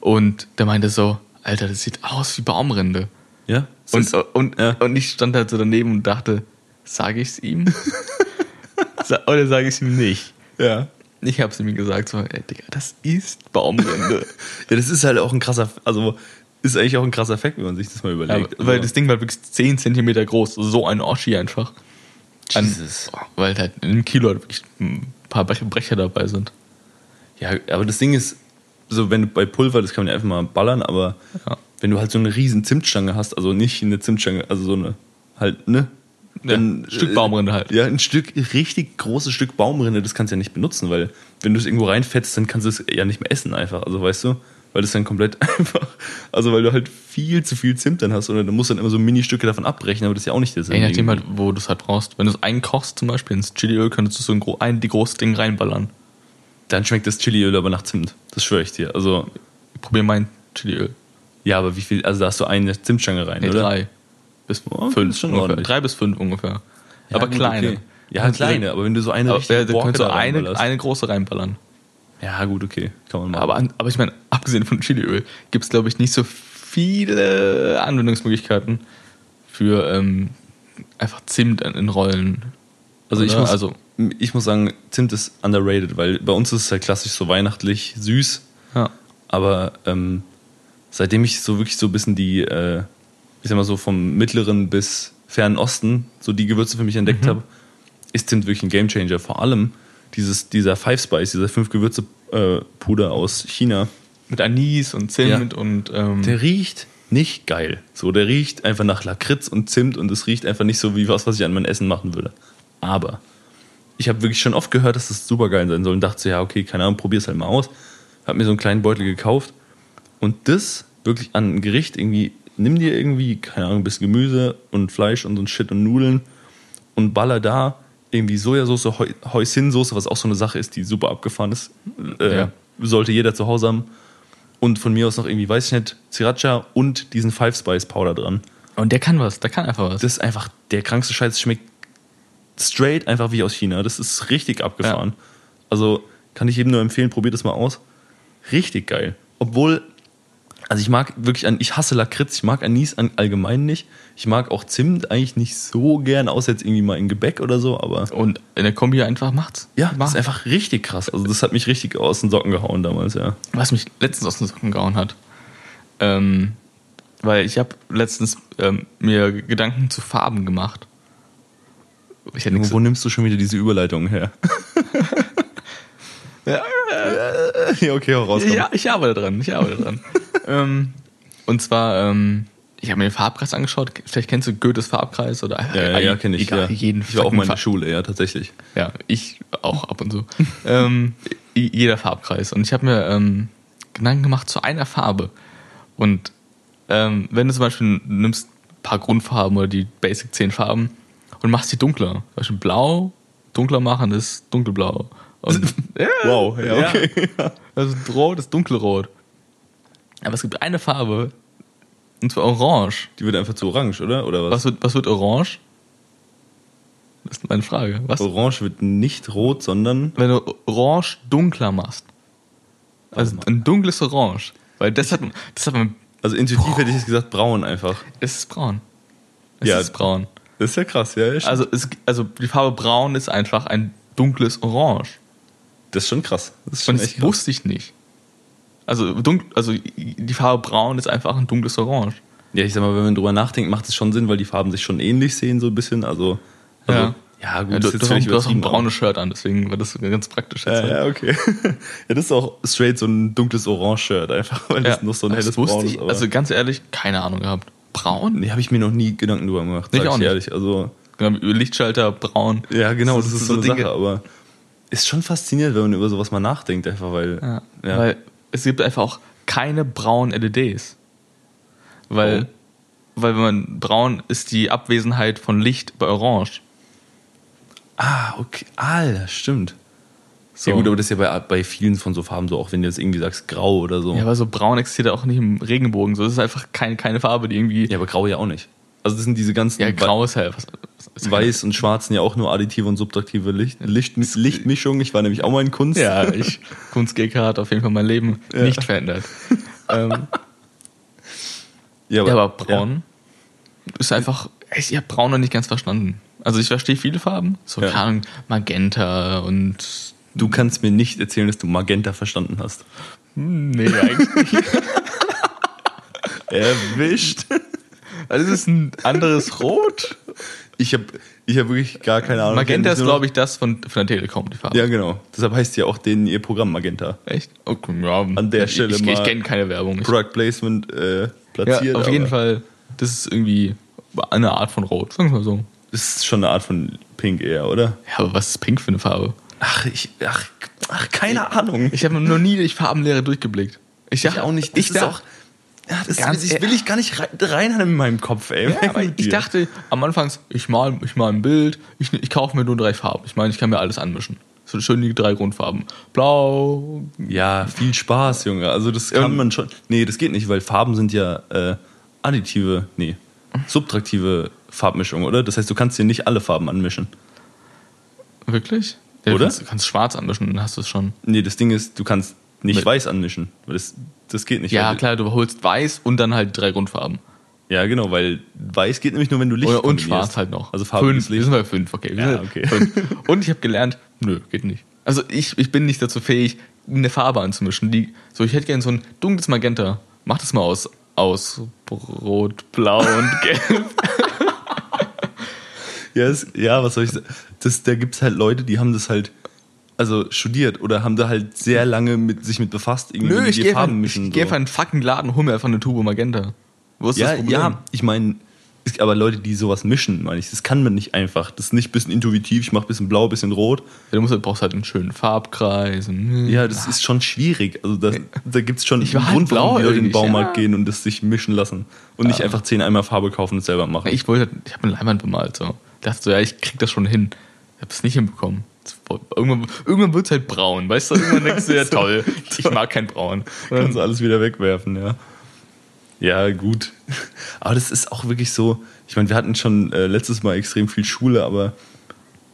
Speaker 2: Und der meinte so, Alter, das sieht aus wie Baumrinde.
Speaker 1: Ja?
Speaker 2: Und, und,
Speaker 1: ja.
Speaker 2: und ich stand halt so daneben und dachte, sage ich es ihm? Sa- Oder sage ich es ihm nicht?
Speaker 1: ja.
Speaker 2: Ich habe es ihm gesagt, so, ey, Digga, das ist Baumrinde.
Speaker 1: ja, das ist halt auch ein krasser, also ist eigentlich auch ein krasser Effekt, wenn man sich das mal
Speaker 2: Ja,
Speaker 1: überlegt.
Speaker 2: weil
Speaker 1: Also,
Speaker 2: das Ding war wirklich 10 cm groß. So ein Oschi einfach. An-
Speaker 1: Jesus.
Speaker 2: weil halt in einem Kilo halt wirklich ein paar Bre- Brecher dabei sind.
Speaker 1: ja, aber das Ding ist, so wenn du bei Pulver, das kann man ja einfach mal ballern, aber
Speaker 2: Ja.
Speaker 1: wenn du halt so eine riesen Zimtstange hast, also nicht eine Zimtstange, also so eine, halt, ne?
Speaker 2: Ja, ein Stück Baumrinde halt.
Speaker 1: Ja, ein Stück, richtig großes Stück Baumrinde, das kannst du ja nicht benutzen, weil wenn du es irgendwo reinfetzt, dann kannst du es ja nicht mehr essen einfach, also weißt du? Weil das dann komplett einfach, also weil du halt viel zu viel Zimt dann hast oder du musst dann immer so Mini-Stücke davon abbrechen, aber das ist ja auch nicht der Sinn.
Speaker 2: Je nachdem halt,
Speaker 1: irgendwie.
Speaker 2: wo du es halt brauchst. Wenn du es einkochst, zum Beispiel ins Chiliöl, könntest du so ein, gro- ein die große Ding reinballern. halt-
Speaker 1: Dann schmeckt das Chiliöl aber nach Zimt, das schwöre ich dir. Also,
Speaker 2: Ich probier mein Chiliöl.
Speaker 1: ja, aber wie viel, also da hast du eine Zimtstange rein,
Speaker 2: Nee,
Speaker 1: oder?
Speaker 2: drei. Bis
Speaker 1: Oh, das
Speaker 2: fünf.
Speaker 1: ist schon
Speaker 2: ungefähr.
Speaker 1: ordentlich.
Speaker 2: Drei bis fünf ungefähr.
Speaker 1: Ja,
Speaker 2: aber
Speaker 1: gut,
Speaker 2: kleine.
Speaker 1: Okay. Ja, kleine, aber wenn du so eine
Speaker 2: Aber,
Speaker 1: richtige
Speaker 2: ja, da
Speaker 1: Borke
Speaker 2: könntest du
Speaker 1: da
Speaker 2: eine,
Speaker 1: reinballerst.
Speaker 2: eine große reinballern.
Speaker 1: Ja, gut, okay. Kann man machen.
Speaker 2: Aber, an- aber ich meine, abgesehen von Chiliöl gibt es, glaube ich, nicht so viele Anwendungsmöglichkeiten für ähm, einfach Zimt in, in Rollen.
Speaker 1: also, ich
Speaker 2: oder?
Speaker 1: muss,
Speaker 2: also,
Speaker 1: ich muss sagen, Zimt ist underrated, weil bei uns ist es halt klassisch so weihnachtlich süß.
Speaker 2: ja.
Speaker 1: Aber ähm, seitdem ich so wirklich so ein bisschen die, äh, ich sag mal so vom mittleren bis fernen Osten, so die Gewürze für mich entdeckt
Speaker 2: Mhm.
Speaker 1: habe, ist Zimt wirklich ein Gamechanger. Vor allem dieses, dieser Five Spice, dieser fünf Gewürze äh, Puder aus China,
Speaker 2: Mit Anis und Zimt
Speaker 1: Ja.
Speaker 2: und ähm,
Speaker 1: der riecht nicht geil. So, der riecht einfach nach Lakritz und Zimt und es riecht einfach nicht so wie was, was ich an mein Essen machen würde. Aber ich habe wirklich schon oft gehört, dass das super geil sein soll und dachte so, ja, okay, keine Ahnung, probier's halt mal aus. Hab mir so einen kleinen Beutel gekauft und das wirklich an ein Gericht irgendwie, nimm dir irgendwie, keine Ahnung, ein bisschen Gemüse und Fleisch und so ein Shit und Nudeln und baller da irgendwie Sojasauce, Heu- Hoisin-Soße, was auch so eine Sache ist, die super abgefahren ist. Äh,
Speaker 2: Ja.
Speaker 1: Sollte jeder zu Hause haben. Und von mir aus noch irgendwie, weiß ich nicht, Sriracha und diesen Five Spice Powder dran.
Speaker 2: Und der kann was, der kann einfach was.
Speaker 1: Das ist einfach der krankste Scheiß. Schmeckt straight einfach wie aus China. Das ist richtig abgefahren. Also kann ich jedem nur empfehlen, probiert das mal aus. Richtig geil. Obwohl, also ich mag wirklich an, ich hasse Lakritz, ich mag Anis an, allgemein nicht. Ich mag auch Zimt eigentlich nicht so gern, außer jetzt irgendwie mal in Gebäck oder so, aber.
Speaker 2: Und in der Kombi einfach macht's.
Speaker 1: Ja, das
Speaker 2: Macht.
Speaker 1: ist einfach richtig krass. Also das hat mich richtig aus den Socken gehauen damals, ja.
Speaker 2: was mich letztens aus den Socken gehauen hat. Ähm, weil ich habe letztens ähm, mir Gedanken zu Farben gemacht. Ich hätte nichts.
Speaker 1: Wo nimmst du schon wieder diese Überleitung her? ja, okay, hau raus. komm.
Speaker 2: Ja, ich arbeite dran. Ich arbeite dran. ähm, und zwar, ähm, ich habe mir den Farbkreis angeschaut. Vielleicht kennst du Goethes Farbkreis oder
Speaker 1: Ja, Äh, ja, ja kenne ich.
Speaker 2: Egal,
Speaker 1: ja.
Speaker 2: jeden
Speaker 1: ich war auch mal in der
Speaker 2: fucking
Speaker 1: Schule, ja, tatsächlich.
Speaker 2: Ja, ich auch ab und zu. ähm, i- jeder Farbkreis. Und ich habe mir ähm, Gedanken gemacht zu einer Farbe. Und ähm, wenn du zum Beispiel nimmst ein paar Grundfarben oder die Basic 10 Farben und machst die dunkler. Zum Beispiel blau, dunkler machen ist dunkelblau. Und, ja,
Speaker 1: Wow, Äh, ja, okay.
Speaker 2: Also rot ist dunkelrot. Aber es gibt eine Farbe, und zwar orange.
Speaker 1: Die wird einfach zu orange, oder? Oder was?
Speaker 2: Was wird, was wird orange? Das ist meine Frage. Was,
Speaker 1: Orange wird nicht rot, sondern.
Speaker 2: wenn du orange dunkler machst. Also ein dunkles Orange. Weil das hat, das hat man.
Speaker 1: Also intuitiv hätte ich jetzt gesagt, braun einfach.
Speaker 2: Es ist braun. Es
Speaker 1: Ja.
Speaker 2: ist braun.
Speaker 1: Das ist ja krass, ja. ja, stimmt.
Speaker 2: Also, es, also die Farbe braun ist einfach ein dunkles Orange.
Speaker 1: das ist schon krass. Das ist schon
Speaker 2: Und das
Speaker 1: echt krass.
Speaker 2: wusste ich nicht. Also, dunkel, also die Farbe braun ist einfach ein dunkles Orange.
Speaker 1: Ja, ich sag mal, wenn man drüber nachdenkt, macht es schon Sinn, weil die Farben sich schon ähnlich sehen, so ein bisschen. Also. also
Speaker 2: Ja.
Speaker 1: ja, gut,
Speaker 2: Ja, du,
Speaker 1: das ist
Speaker 2: du,
Speaker 1: jetzt
Speaker 2: hast auch,
Speaker 1: völlig
Speaker 2: du hast auch ein
Speaker 1: übertrieben. aber-
Speaker 2: braunes Shirt an, deswegen war das ganz praktisch. jetzt
Speaker 1: Ja,
Speaker 2: halt.
Speaker 1: ja, okay. ja, das ist auch straight so ein dunkles Orange-Shirt einfach, weil das
Speaker 2: Ja,
Speaker 1: noch so ein
Speaker 2: aber das
Speaker 1: helles
Speaker 2: wusste
Speaker 1: Braun ist.
Speaker 2: ich,
Speaker 1: aber-
Speaker 2: Also ganz ehrlich, keine Ahnung gehabt. Braun?
Speaker 1: Nee, habe ich mir noch nie Gedanken drüber gemacht.
Speaker 2: Ich
Speaker 1: sag
Speaker 2: auch
Speaker 1: ich
Speaker 2: nicht.
Speaker 1: ehrlich. Also,
Speaker 2: Genau, Lichtschalter, braun.
Speaker 1: ja, genau, das, ist so, eine
Speaker 2: Dinge-
Speaker 1: Sache, aber ist schon faszinierend, wenn man über sowas mal nachdenkt, einfach weil.
Speaker 2: Ja, Weil es gibt einfach auch keine braunen LEDs. Weil, weil wenn man braun ist die Abwesenheit von Licht bei Orange.
Speaker 1: ah, okay. Ah, ja, stimmt.
Speaker 2: So.
Speaker 1: Ja, gut, aber das ist ja bei, bei vielen von so Farben so, auch wenn du jetzt irgendwie sagst grau oder so.
Speaker 2: ja, aber so braun existiert auch nicht im Regenbogen. So, das ist einfach keine, keine Farbe, die irgendwie.
Speaker 1: Ja, aber grau ja auch nicht. Also, das sind diese ganzen
Speaker 2: Ja,
Speaker 1: Wei-
Speaker 2: grau ist halt. Was, was-
Speaker 1: Weiß und Schwarzen ja auch nur additive und subtraktive Licht, Licht, Lichtmischung. Ich war nämlich auch mal in Kunst.
Speaker 2: Ja, ich, Kunstgegner hat auf jeden Fall mein Leben
Speaker 1: Ja.
Speaker 2: nicht verändert. ähm,
Speaker 1: ja,
Speaker 2: ja, aber braun ist einfach. Ich habe braun noch nicht ganz verstanden. Also ich verstehe viele Farben. So,
Speaker 1: Ja.
Speaker 2: keine Ahnung, Magenta und
Speaker 1: Du kannst mir nicht erzählen, dass du Magenta verstanden hast.
Speaker 2: hm, Nee, eigentlich.
Speaker 1: Erwischt.
Speaker 2: Also es ist ein anderes Rot.
Speaker 1: Ich habe ich hab wirklich gar keine Ahnung.
Speaker 2: Magenta ist, glaube
Speaker 1: ich.
Speaker 2: ich, das von, von der Telekom, die Farbe.
Speaker 1: Ja, genau. Deshalb heißt ja auch denen ihr Programm Magenta.
Speaker 2: Echt? Okay, ja,
Speaker 1: An der Stelle
Speaker 2: Ich, ich, ich
Speaker 1: mal-
Speaker 2: kenne keine Werbung. Ich,
Speaker 1: Product Placement äh,
Speaker 2: ja,
Speaker 1: platziert.
Speaker 2: auf
Speaker 1: aber
Speaker 2: jeden Fall, das ist irgendwie eine Art von Rot, sagen wir mal so.
Speaker 1: Das ist schon eine Art von Pink eher, oder?
Speaker 2: Ja, aber was ist Pink für eine Farbe?
Speaker 1: Ach, ich, ach, ach keine Ahnung.
Speaker 2: Ich habe noch nie durch Farbenlehre durchgeblickt. Ich dachte
Speaker 1: Ich
Speaker 2: Ich,
Speaker 1: ist
Speaker 2: dachte-
Speaker 1: auch. Ja, das,
Speaker 2: Ganz
Speaker 1: das will ich gar nicht rein- reinhaben in meinem Kopf, ey.
Speaker 2: ja, aber ich dachte am Anfang, ich mal, ich mal ein Bild, ich, ich kaufe mir nur drei Farben. Ich meine, ich kann mir alles anmischen. So schön die drei Grundfarben. Blau,
Speaker 1: Ja, viel Spaß, Junge. Also das kann man schon. Nee, das geht nicht, weil Farben sind ja äh, additive, nee, subtraktive Farbmischung, oder? Das heißt, du kannst dir nicht alle Farben anmischen.
Speaker 2: Wirklich? Ja,
Speaker 1: Oder?
Speaker 2: Du kannst, du kannst schwarz anmischen, dann hast du es schon.
Speaker 1: Nee, das Ding ist, du kannst nicht
Speaker 2: Mit-
Speaker 1: weiß anmischen. weil Das, das geht nicht.
Speaker 2: Ja,
Speaker 1: weil,
Speaker 2: klar, du holst weiß und dann halt drei Grundfarben.
Speaker 1: Ja, genau, weil weiß geht nämlich nur, wenn du Licht
Speaker 2: Oder, und
Speaker 1: kombinierst.
Speaker 2: schwarz halt noch.
Speaker 1: Also Farben
Speaker 2: fünf.
Speaker 1: ist Licht.
Speaker 2: Wir sind bei fünf, okay. wir
Speaker 1: Ja,
Speaker 2: sind bei
Speaker 1: okay.
Speaker 2: Fünf. Und ich habe gelernt, nö, geht nicht. Also ich, ich bin nicht dazu fähig, eine Farbe anzumischen. Die, so, ich hätte gerne so ein dunkles Magenta. Mach das mal aus, aus Rot, Blau und Gelb.
Speaker 1: Ja, es, ja, was soll ich sagen? Das, da gibt es halt Leute, die haben das halt also studiert oder haben da halt sehr lange mit, sich mit befasst, irgendwie
Speaker 2: nö,
Speaker 1: wie
Speaker 2: ich
Speaker 1: die
Speaker 2: gehe einfach
Speaker 1: Farben
Speaker 2: ich
Speaker 1: mischen.
Speaker 2: geh
Speaker 1: so.
Speaker 2: einfach in einen fucking Laden, hol mir einfach eine Tube Magenta. Wo ist
Speaker 1: ja,
Speaker 2: das Problem?
Speaker 1: ja, ich meine, es gibt aber Leute, die sowas mischen, meine ich. Das kann man nicht einfach. Das ist nicht ein bisschen intuitiv, ich mache ein bisschen blau, ein bisschen rot.
Speaker 2: Du musst, du brauchst halt einen schönen Farbkreis. und- hm.
Speaker 1: Ja, das ist schon schwierig. Also das, da gibt es schon
Speaker 2: war halt
Speaker 1: warum die Leute in den
Speaker 2: blauäugig,
Speaker 1: Baumarkt
Speaker 2: ja.
Speaker 1: gehen und das sich mischen lassen. Und nicht einfach zehn einmal Farbe kaufen und selber machen.
Speaker 2: Ich wollte, ich habe eine Leinwand bemalt. So. Dachte so, ja, ich krieg das schon hin. Ich habe es nicht hinbekommen. Irgendwann, irgendwann wird es halt braun, weißt du? Irgendwann denkst du, ja toll, ich mag kein Braun. Und dann
Speaker 1: Kannst du alles wieder wegwerfen, ja. Ja, gut. Aber das ist auch wirklich so. Ich meine, wir hatten schon äh, letztes Mal extrem viel Schule, aber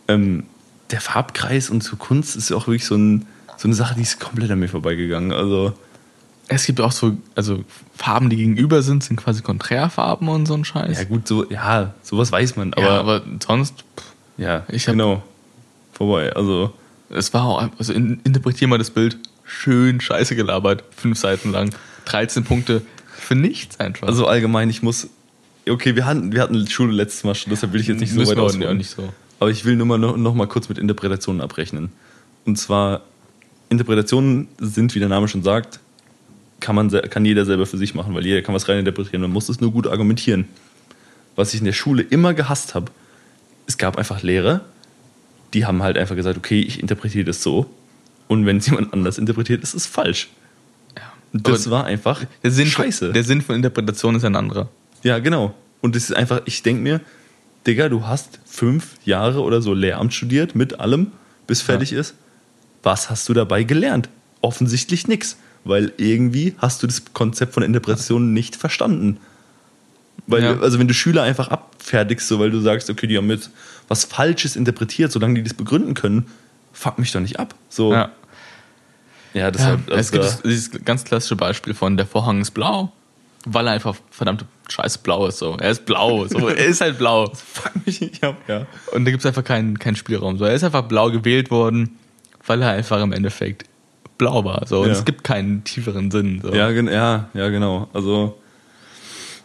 Speaker 1: ähm, der Farbkreis und so Kunst ist ja auch wirklich so ein, so eine Sache, die ist komplett an mir vorbeigegangen. Also,
Speaker 2: Es gibt auch so, also Farben, die gegenüber sind, sind quasi Konträrfarben und so ein Scheiß.
Speaker 1: ja gut, so, ja, sowas weiß man, aber
Speaker 2: ja,
Speaker 1: ja,
Speaker 2: aber sonst, pff, ich hab-
Speaker 1: genau. Vorbei. Also,
Speaker 2: es war auch, einfach- also in, interpretier mal das Bild, schön scheiße gelabert, fünf Seiten lang, 13 Punkte für nichts einfach.
Speaker 1: also allgemein, ich muss. Okay, wir hatten, wir hatten Schule letztes Mal schon, deshalb will ich jetzt nicht so
Speaker 2: Müssen
Speaker 1: weit
Speaker 2: wir auch
Speaker 1: ausholen.
Speaker 2: nicht so.
Speaker 1: Aber ich will nur mal noch, noch mal kurz mit Interpretationen abrechnen. Und zwar, Interpretationen sind, wie der Name schon sagt, kann, man, se- kann jeder selber für sich machen, weil jeder kann was reininterpretieren. Man muss es nur gut argumentieren. Was ich in der Schule immer gehasst habe, es gab einfach Lehrer, die haben halt einfach gesagt, okay, ich interpretiere das so. Und wenn es jemand anders interpretiert, ist es falsch. Und Das
Speaker 2: Aber
Speaker 1: war einfach
Speaker 2: der Sinn,
Speaker 1: scheiße.
Speaker 2: Der Sinn von Interpretation ist ein anderer.
Speaker 1: Ja, genau. Und es ist einfach, ich denke mir, Digga, du hast fünf Jahre oder so Lehramt studiert mit allem, bis fertig ist. Was hast du dabei gelernt? Offensichtlich nichts. Weil irgendwie hast du das Konzept von Interpretation nicht verstanden. Weil,
Speaker 2: Ja.
Speaker 1: also wenn du Schüler einfach abfertigst, so weil du sagst, okay, die haben jetzt was Falsches interpretiert, solange die das begründen können, fuck mich doch nicht ab. So, ja,
Speaker 2: Ja.
Speaker 1: deshalb.
Speaker 2: es
Speaker 1: also
Speaker 2: gibt
Speaker 1: da-
Speaker 2: das- dieses ganz klassische Beispiel von der Vorhang ist blau, weil er einfach verdammt scheiß blau ist. So. Er ist blau, so. er ist halt blau.
Speaker 1: fuck mich nicht ab, ja.
Speaker 2: Und da gibt es einfach keinen, keinen Spielraum. So. Er ist einfach blau gewählt worden, weil er einfach im Endeffekt blau war. So. Und
Speaker 1: Ja.
Speaker 2: es gibt keinen tieferen Sinn. So.
Speaker 1: Ja, gen ja, ja, genau. Also,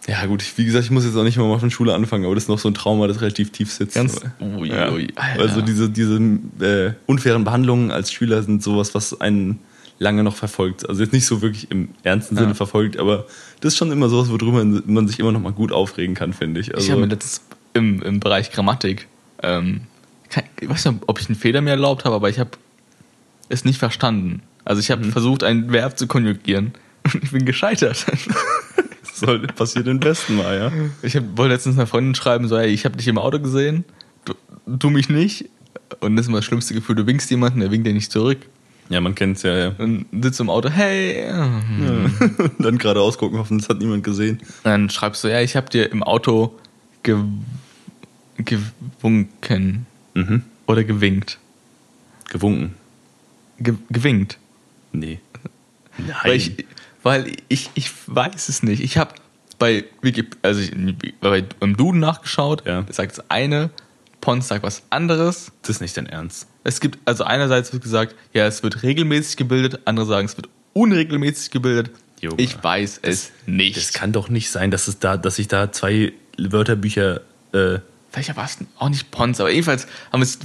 Speaker 1: ja, gut, ich, wie gesagt, ich muss jetzt auch nicht mal von Schule anfangen, aber das ist noch so ein Trauma, das relativ tief sitzt.
Speaker 2: Ganz-
Speaker 1: Aber-
Speaker 2: ui,
Speaker 1: ja.
Speaker 2: ui, Alter.
Speaker 1: Also, diese, diese äh, unfairen Behandlungen als Schüler sind sowas, was einen lange noch verfolgt. Also, jetzt nicht so wirklich im ernsten Sinne
Speaker 2: Ja.
Speaker 1: verfolgt, aber das ist schon immer sowas, worüber man sich immer noch mal gut aufregen kann, finde ich.
Speaker 2: Ich
Speaker 1: Also,
Speaker 2: habe mir letztens im, im Bereich Grammatik, ähm, kein, ich weiß nicht, ob ich einen Fehler mir erlaubt habe, aber ich habe es nicht verstanden. Also ich habe versucht, ein Verb zu konjugieren und ich bin gescheitert.
Speaker 1: das soll, passiert den besten Mal, ja.
Speaker 2: Ich hab, wollte letztens einer Freundin schreiben, so, ey, ich habe dich im Auto gesehen, du, du mich nicht. Und das ist immer das schlimmste Gefühl, du winkst jemanden, der winkt dir nicht zurück.
Speaker 1: Ja, man kennt es ja, ja.
Speaker 2: Dann sitzt du im Auto, hey.
Speaker 1: Mhm. Und dann geradeaus gucken, hoffen, das hat niemand gesehen.
Speaker 2: Dann schreibst du, ja, ich habe dir im Auto gew gewunken
Speaker 1: Mhm.
Speaker 2: oder gewinkt.
Speaker 1: Gewunken.
Speaker 2: Ge gewinkt.
Speaker 1: Nee. Nein.
Speaker 2: Weil ich, weil ich, ich weiß es nicht. Ich habe bei Wiki, also ich, bei, beim Duden nachgeschaut,
Speaker 1: Ja.
Speaker 2: sagt das eine, Pons sagt was anderes.
Speaker 1: das ist nicht dein Ernst.
Speaker 2: Es gibt, also einerseits wird gesagt, ja, es wird regelmäßig gebildet, andere sagen, es wird unregelmäßig gebildet.
Speaker 1: Junge.
Speaker 2: Ich weiß es nicht.
Speaker 1: Das kann doch nicht sein, dass es da, dass ich da zwei Wörterbücher. Äh,
Speaker 2: Welcher war es denn? Auch nicht Pons, aber jedenfalls haben es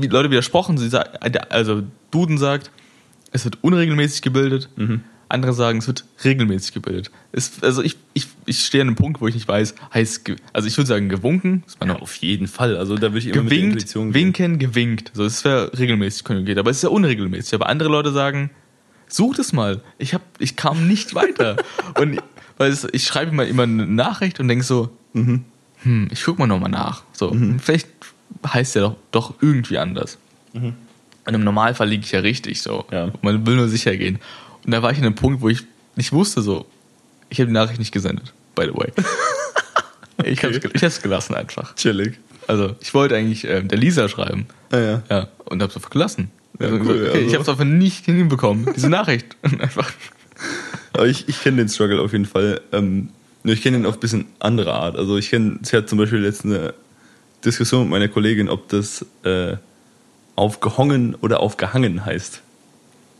Speaker 2: die Leute widersprochen. Sie sagen, also Duden sagt, es wird unregelmäßig gebildet. Andere sagen, es wird regelmäßig gebildet. Es, also ich, ich, ich stehe an einem Punkt, wo ich nicht weiß, heißt, ge- also ich würde sagen gewunken, ist meine
Speaker 1: ja, auf jeden Fall. Also da würde ich immer mit der
Speaker 2: gewinkt,
Speaker 1: Intuition gehen.
Speaker 2: winken, gewinkt. So, das wäre regelmäßig konjugiert, aber es ist ja unregelmäßig. Aber andere Leute sagen, such das mal. Ich, hab, ich kam nicht weiter. und weil es, ich schreibe immer, immer eine Nachricht und denke so,
Speaker 1: Mhm.
Speaker 2: hm, ich guck mal nochmal nach. So, vielleicht heißt der doch, doch irgendwie anders. Und im Normalfall liege ich ja richtig so.
Speaker 1: Mhm. Ja.
Speaker 2: Man will nur sicher gehen. Und da war ich an einem Punkt, wo ich nicht wusste so, ich habe die Nachricht nicht gesendet, by the way. Ich habe
Speaker 1: Okay.
Speaker 2: es gelassen einfach.
Speaker 1: Chillig.
Speaker 2: Also, ich wollte eigentlich ähm, der Lisa schreiben.
Speaker 1: Ah, ja.
Speaker 2: Ja, und hab's einfach gelassen.
Speaker 1: Ja,
Speaker 2: also,
Speaker 1: cool,
Speaker 2: gesagt, okay,
Speaker 1: also.
Speaker 2: Ich hab's einfach nicht hinbekommen, diese Nachricht. Und einfach.
Speaker 1: Aber ich, ich kenne den Struggle auf jeden Fall. Ähm, nur ich kenne ihn auf ein bisschen andere Art. Also ich kenne, sie hat zum Beispiel letztens eine Diskussion mit meiner Kollegin, ob das äh, aufgehongen oder aufgehangen heißt.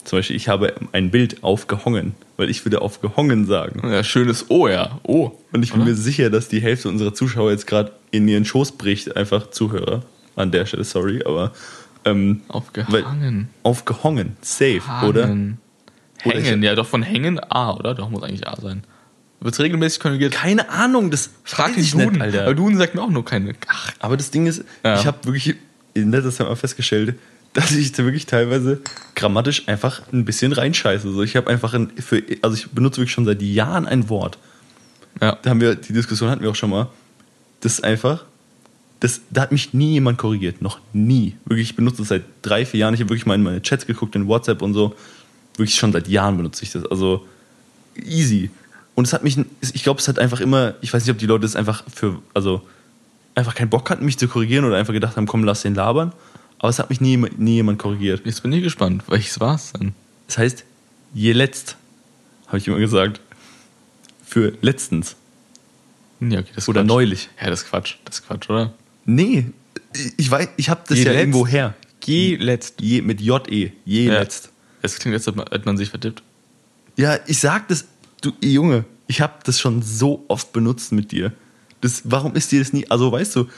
Speaker 1: Zum Beispiel, ich habe ein Bild aufgehongen, weil ich würde aufgehongen sagen.
Speaker 2: Ja, schönes O, ja. O.
Speaker 1: Und ich bin mir sicher, dass die Hälfte unserer Zuschauer jetzt gerade in ihren Schoß bricht, einfach Zuhörer. An der Stelle, sorry, aber. Ähm,
Speaker 2: Aufgehangen.
Speaker 1: Weil, aufgehongen, safe, oder?
Speaker 2: Hangen.
Speaker 1: Oder ich-
Speaker 2: Hängen, ja, doch von Hängen A, oder? Doch, muss eigentlich A sein. Wird's regelmäßig konjugiert?
Speaker 1: Keine Ahnung, das
Speaker 2: Frag
Speaker 1: weiß
Speaker 2: den
Speaker 1: ich nicht,
Speaker 2: Duden,
Speaker 1: Alter.
Speaker 2: Aber Duden sagt mir auch nur keine. Ach,
Speaker 1: Aber das Ding ist,
Speaker 2: Ja.
Speaker 1: ich habe wirklich in letzter Zeit mal festgestellt, dass ich da wirklich teilweise grammatisch einfach ein bisschen reinscheiße. Also ich habe einfach ein, für, also ich benutze wirklich schon seit Jahren ein Wort.
Speaker 2: ja.
Speaker 1: Da haben wir, die Diskussion hatten wir auch schon mal. Das ist einfach, das, da hat mich nie jemand korrigiert. Noch nie. Wirklich, ich benutze das seit drei, vier Jahren. Ich habe wirklich mal in meine Chats geguckt, in WhatsApp und so. Wirklich schon seit Jahren benutze ich das. Also easy. Und es hat mich, ich glaube, es hat einfach immer, ich weiß nicht, ob die Leute es einfach für, also einfach keinen Bock hatten, mich zu korrigieren oder einfach gedacht haben, komm, lass den labern. Aber es hat mich nie, nie jemand korrigiert.
Speaker 2: Jetzt bin ich gespannt, welches war es denn?
Speaker 1: Das heißt, je letzt, habe ich immer gesagt. Für letztens.
Speaker 2: Ja, okay, das ist
Speaker 1: Oder
Speaker 2: Quatsch.
Speaker 1: neulich.
Speaker 2: Ja, das ist Quatsch. Das ist Quatsch, oder?
Speaker 1: Nee, ich weiß, ich habe das
Speaker 2: Je
Speaker 1: ja
Speaker 2: letzt?
Speaker 1: irgendwo her.
Speaker 2: Je letzt.
Speaker 1: Je, mit J-E, je
Speaker 2: Hm. Ja.
Speaker 1: letzt.
Speaker 2: Das klingt, als hätte man- hätte man sich vertippt.
Speaker 1: Ja, ich sag das, du Junge, ich habe das schon so oft benutzt mit dir. Das, warum ist dir das nie, also weißt du,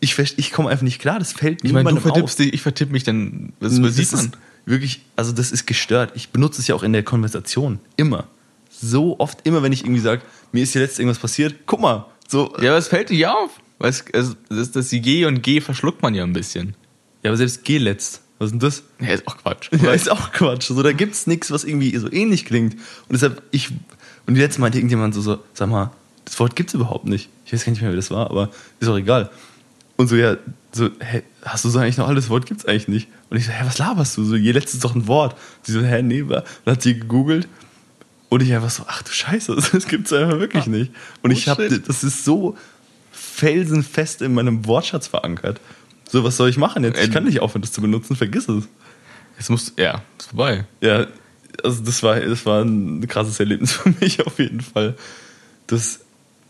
Speaker 1: ich, verst- ich komme einfach nicht klar, das fällt
Speaker 2: Ich meine, du
Speaker 1: niemandem auf.
Speaker 2: vertippst dich, ich vertipp mich dann. Das
Speaker 1: Das
Speaker 2: übersieht man.
Speaker 1: ist wirklich, also das ist gestört. Ich benutze es ja auch in der Konversation. Immer. So oft, immer wenn ich irgendwie sage, mir ist hier letztens irgendwas passiert, guck mal. So, ja.
Speaker 2: Ja, aber es fällt nicht auf. Weil es, also das, das G und G verschluckt man ja ein bisschen.
Speaker 1: aber selbst geletzt. Was ist denn das?
Speaker 2: Ja, ist auch Quatsch.
Speaker 1: Ja, ist auch Quatsch. So, da gibt's nichts, was irgendwie so ähnlich klingt. Und deshalb, ich. Und letztes Mal hat irgendjemand so, so, sag mal, das Wort gibt's überhaupt nicht. Ich weiß gar nicht mehr, wer das war, aber ist auch egal. Und so, ja, so, hä, hast du so eigentlich noch alles? Das Wort gibt's eigentlich nicht. Und ich so, hä, was laberst du? So, je letztes ist doch ein Wort. Sie so, hä, nee, wa? Und hat sie gegoogelt. Und ich einfach so, ach du Scheiße, das gibt's einfach wirklich
Speaker 2: Ah,
Speaker 1: nicht. Und ich habe,
Speaker 2: Bullshit.
Speaker 1: das ist so felsenfest in meinem Wortschatz verankert. So, was soll ich machen jetzt? Ich
Speaker 2: Ey,
Speaker 1: kann nicht aufhören, das zu benutzen, vergiss es.
Speaker 2: Es muss, ja, ist vorbei.
Speaker 1: Ja, also das war, das war ein krasses Erlebnis für mich auf jeden Fall. Das,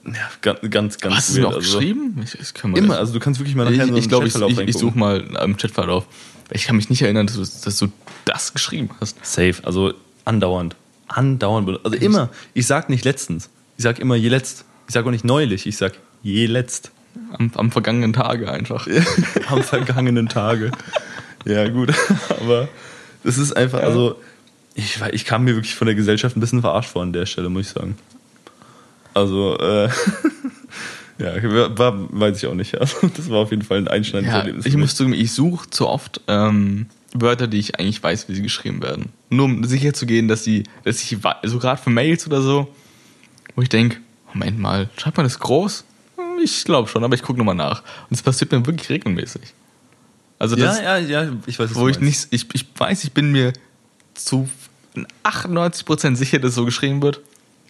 Speaker 1: ja, ganz, ganz, ganz
Speaker 2: Hast du es mir
Speaker 1: weird,
Speaker 2: auch
Speaker 1: also.
Speaker 2: geschrieben? Ich, ich kann mir
Speaker 1: Immer,
Speaker 2: das-
Speaker 1: also du kannst wirklich mal nachher
Speaker 2: Ich,
Speaker 1: so
Speaker 2: ich glaube, ich,
Speaker 1: Chatverlauf
Speaker 2: ich, ich
Speaker 1: reingucken.
Speaker 2: suche mal im Chatverlauf. Ich kann mich nicht erinnern, dass du, dass du das geschrieben hast.
Speaker 1: Safe, also andauernd. Andauernd. benut- Also immer, ich sag nicht letztens. Ich sag immer je letzt. Ich sag auch nicht neulich, ich sag je letzt.
Speaker 2: Am, am vergangenen Tage einfach.
Speaker 1: am vergangenen Tage. Ja, gut. Aber das ist einfach, also ich, war- ich kam mir wirklich von der Gesellschaft ein bisschen verarscht vor an der Stelle, muss ich sagen. Also, äh, ja, war, weiß ich auch nicht. Also, das war auf jeden Fall ein einschneidendes
Speaker 2: Ja,
Speaker 1: Erlebnis.
Speaker 2: ich
Speaker 1: für mich.
Speaker 2: muss zugeben, ich suche zu oft ähm, Wörter, die ich eigentlich weiß, wie sie geschrieben werden. Nur um sicher zu gehen, dass sie, dass ich, wei- also gerade für Mails oder so, wo ich denke, Moment mal, schreibt man das groß? Hm, Ich glaube schon, aber ich gucke nochmal nach. Und das passiert mir wirklich regelmäßig. Also das,
Speaker 1: ja, ja, ja, ich weiß, was
Speaker 2: wo
Speaker 1: du
Speaker 2: ich
Speaker 1: meinst.
Speaker 2: nicht, ich, ich weiß, ich bin mir zu 98% sicher, dass es so geschrieben wird.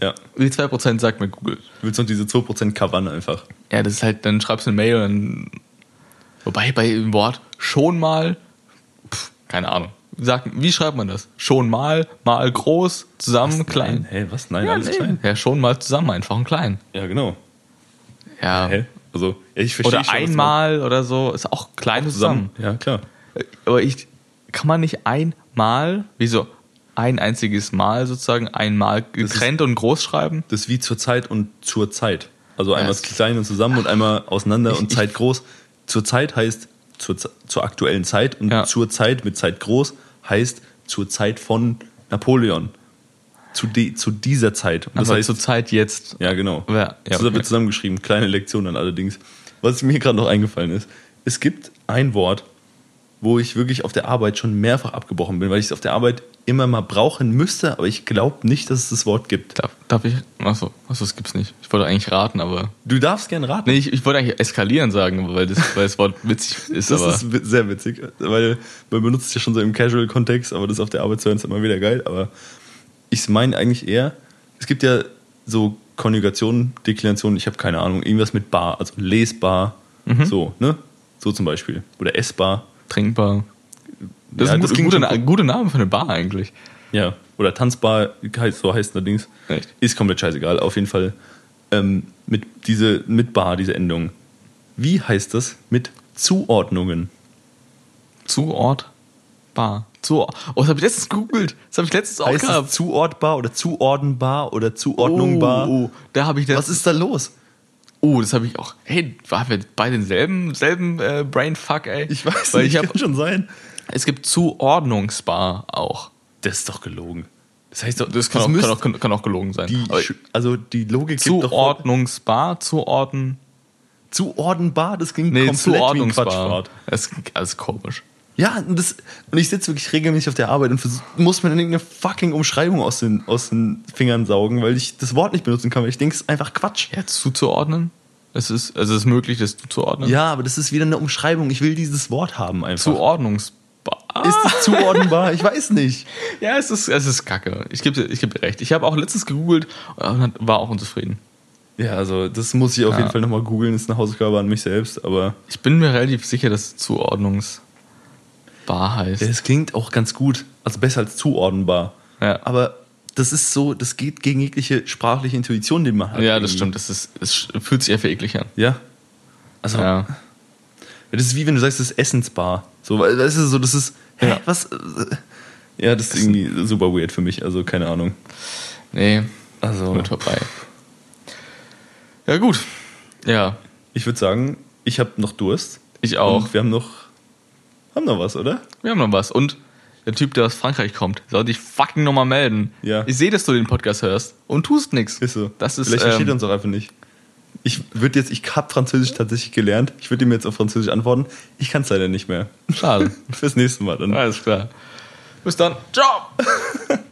Speaker 1: Ja.
Speaker 2: Und die 2% sagt mir Google.
Speaker 1: Du willst noch diese 2% covern einfach.
Speaker 2: Ja, das ist halt, dann schreibst du eine Mail und dann. Wobei bei dem Wort schon mal, pff, keine Ahnung. Sag, wie schreibt man das? Schon mal, mal groß, zusammen,
Speaker 1: Nein,
Speaker 2: klein.
Speaker 1: hey, was? Nein,
Speaker 2: Ja,
Speaker 1: alles
Speaker 2: nee.
Speaker 1: klein.
Speaker 2: ja, schon mal zusammen, einfach und klein.
Speaker 1: Ja, genau.
Speaker 2: Ja.
Speaker 1: Hä? Also, ja, ich verstehe
Speaker 2: Oder
Speaker 1: schon, was du
Speaker 2: einmal oder so, ist auch klein und
Speaker 1: meinst.
Speaker 2: zusammen.
Speaker 1: zusammen. Ja, klar.
Speaker 2: Aber ich, kann man nicht einmal, wieso, ein einziges Mal sozusagen, einmal getrennt und groß schreiben?
Speaker 1: Das ist wie zur Zeit und zur Zeit. Also einmal
Speaker 2: es-
Speaker 1: klein und zusammen und einmal auseinander
Speaker 2: Ich-
Speaker 1: und
Speaker 2: ich-
Speaker 1: Zeit groß. Zur Zeit heißt zur, Z- zur aktuellen Zeit und
Speaker 2: Ja.
Speaker 1: zur Zeit mit Zeit groß heißt zur Zeit von Napoleon. Zu, de, zu dieser Zeit. Und das
Speaker 2: Aber
Speaker 1: heißt,
Speaker 2: zur Zeit jetzt.
Speaker 1: ja, genau.
Speaker 2: Ja, ja,
Speaker 1: das haben wir
Speaker 2: okay.
Speaker 1: zusammengeschrieben. Kleine Lektion dann allerdings. Was mir gerade noch eingefallen ist, es gibt ein Wort, wo ich wirklich auf der Arbeit schon mehrfach abgebrochen bin, weil ich es auf der Arbeit immer mal brauchen müsste, aber ich glaube nicht, dass es das Wort gibt.
Speaker 2: Darf, darf ich? Achso, achso, das gibt's nicht. Ich wollte eigentlich raten, aber.
Speaker 1: Du darfst gern raten.
Speaker 2: Nee, ich, ich wollte eigentlich eskalieren sagen, weil das, weil das Wort witzig ist,
Speaker 1: Das
Speaker 2: aber.
Speaker 1: ist wi- sehr witzig, weil man benutzt es ja schon so im Casual-Kontext, aber das auf der Arbeit zu hören ist immer wieder geil. Aber ich meine eigentlich eher, es gibt ja so Konjugationen, Deklinationen, ich habe keine Ahnung, irgendwas mit bar, also lesbar,
Speaker 2: Mhm.
Speaker 1: so, ne? So zum Beispiel. Oder essbar.
Speaker 2: trinkbar.
Speaker 1: Ja,
Speaker 2: Das ist ein
Speaker 1: das
Speaker 2: gut,
Speaker 1: klingt
Speaker 2: guter,
Speaker 1: schon
Speaker 2: Na- guter Name für eine Bar eigentlich.
Speaker 1: Ja. Oder tanzbar, heißt- so heißt allerdings.
Speaker 2: Echt?
Speaker 1: Ist komplett scheißegal, auf jeden Fall. Ähm, mit, diese, mit bar, diese Endung. Wie heißt das mit Zuordnungen?
Speaker 2: Zuort Bar. Zuort. Oh, das habe ich letztens gegoogelt. Das habe ich letztens auch
Speaker 1: Heißt es
Speaker 2: gehabt.
Speaker 1: zuordbar oder zuordnenbar oder zuordnungbar?
Speaker 2: Oh, oh, da habe ich das.
Speaker 1: Was ist da los?
Speaker 2: Oh, das habe ich auch. Hey, haben wir beide denselben selben äh, Brainfuck, ey?
Speaker 1: Ich weiß
Speaker 2: Weil
Speaker 1: nicht,
Speaker 2: Ich hab,
Speaker 1: kann schon sein.
Speaker 2: es gibt Zuordnungsbar auch.
Speaker 1: Das ist doch gelogen. Das heißt doch,
Speaker 2: Das kann, auch,
Speaker 1: müsste
Speaker 2: kann, auch, kann, kann auch gelogen sein.
Speaker 1: die,
Speaker 2: Aber
Speaker 1: Sch- also die Logik gibt doch vor-
Speaker 2: Zuordnungsbar, zuordnen.
Speaker 1: zuordnenbar, das ging
Speaker 2: Nee,
Speaker 1: komplett wie ein
Speaker 2: zuordnungsbar.
Speaker 1: Quatschwort.
Speaker 2: Das ist alles komisch.
Speaker 1: Ja, und, das, und ich sitze wirklich regelmäßig auf der Arbeit und versuch, muss mir dann irgendeine fucking Umschreibung aus den, aus den Fingern saugen, weil ich das Wort nicht benutzen kann, weil ich denke, es ist einfach Quatsch.
Speaker 2: Ja, zuzuordnen. Es ist, also es ist möglich, das zuzuordnen.
Speaker 1: Ja, aber das ist wieder eine Umschreibung. Ich will dieses Wort haben einfach.
Speaker 2: Zuordnungsbar.
Speaker 1: ist es zuordnenbar? Ich weiß nicht.
Speaker 2: ja, es ist, es ist kacke. Ich gebe dir- ich geb dir recht. Ich habe auch letztens gegoogelt und hat- war auch unzufrieden.
Speaker 1: Ja, also das muss ich auf
Speaker 2: Ja.
Speaker 1: jeden Fall nochmal googeln, ist eine Hausaufgabe an mich selbst, aber
Speaker 2: Ich bin mir relativ sicher, dass es Zuordnungsbar Bar heißt.
Speaker 1: Das klingt auch ganz gut, also besser als zuordnenbar.
Speaker 2: Ja.
Speaker 1: Aber das ist so, das geht gegen jegliche sprachliche Intuition, die man hat.
Speaker 2: Ja, das
Speaker 1: irgendwie.
Speaker 2: stimmt. Das, ist, es fühlt sich einfach eklig an.
Speaker 1: Ja. Also,
Speaker 2: Ja.
Speaker 1: das ist wie wenn du sagst, das ist Essensbar. So, weil das ist so, das ist, hä,
Speaker 2: Ja.
Speaker 1: was? Äh, Ja, das ist irgendwie super weird für mich, also keine Ahnung.
Speaker 2: Nee,
Speaker 1: Also,
Speaker 2: gut vorbei. Ja, gut. Ja,
Speaker 1: ich würde sagen, ich habe noch Durst.
Speaker 2: ich auch.
Speaker 1: Und wir haben noch, haben noch was, oder?
Speaker 2: Wir haben noch was. Und der Typ, der aus Frankreich kommt, soll dich fucking nochmal melden.
Speaker 1: Ja.
Speaker 2: Ich sehe, dass du den Podcast hörst und tust nichts.
Speaker 1: Ist so.
Speaker 2: Das ist,
Speaker 1: Vielleicht versteht er
Speaker 2: ähm,
Speaker 1: uns auch einfach nicht. Ich würde jetzt, ich habe Französisch tatsächlich gelernt. Ich würde ihm jetzt auf Französisch antworten. Ich kann es leider nicht mehr.
Speaker 2: schade.
Speaker 1: Fürs nächste Mal dann.
Speaker 2: Alles klar. Bis dann. Ciao.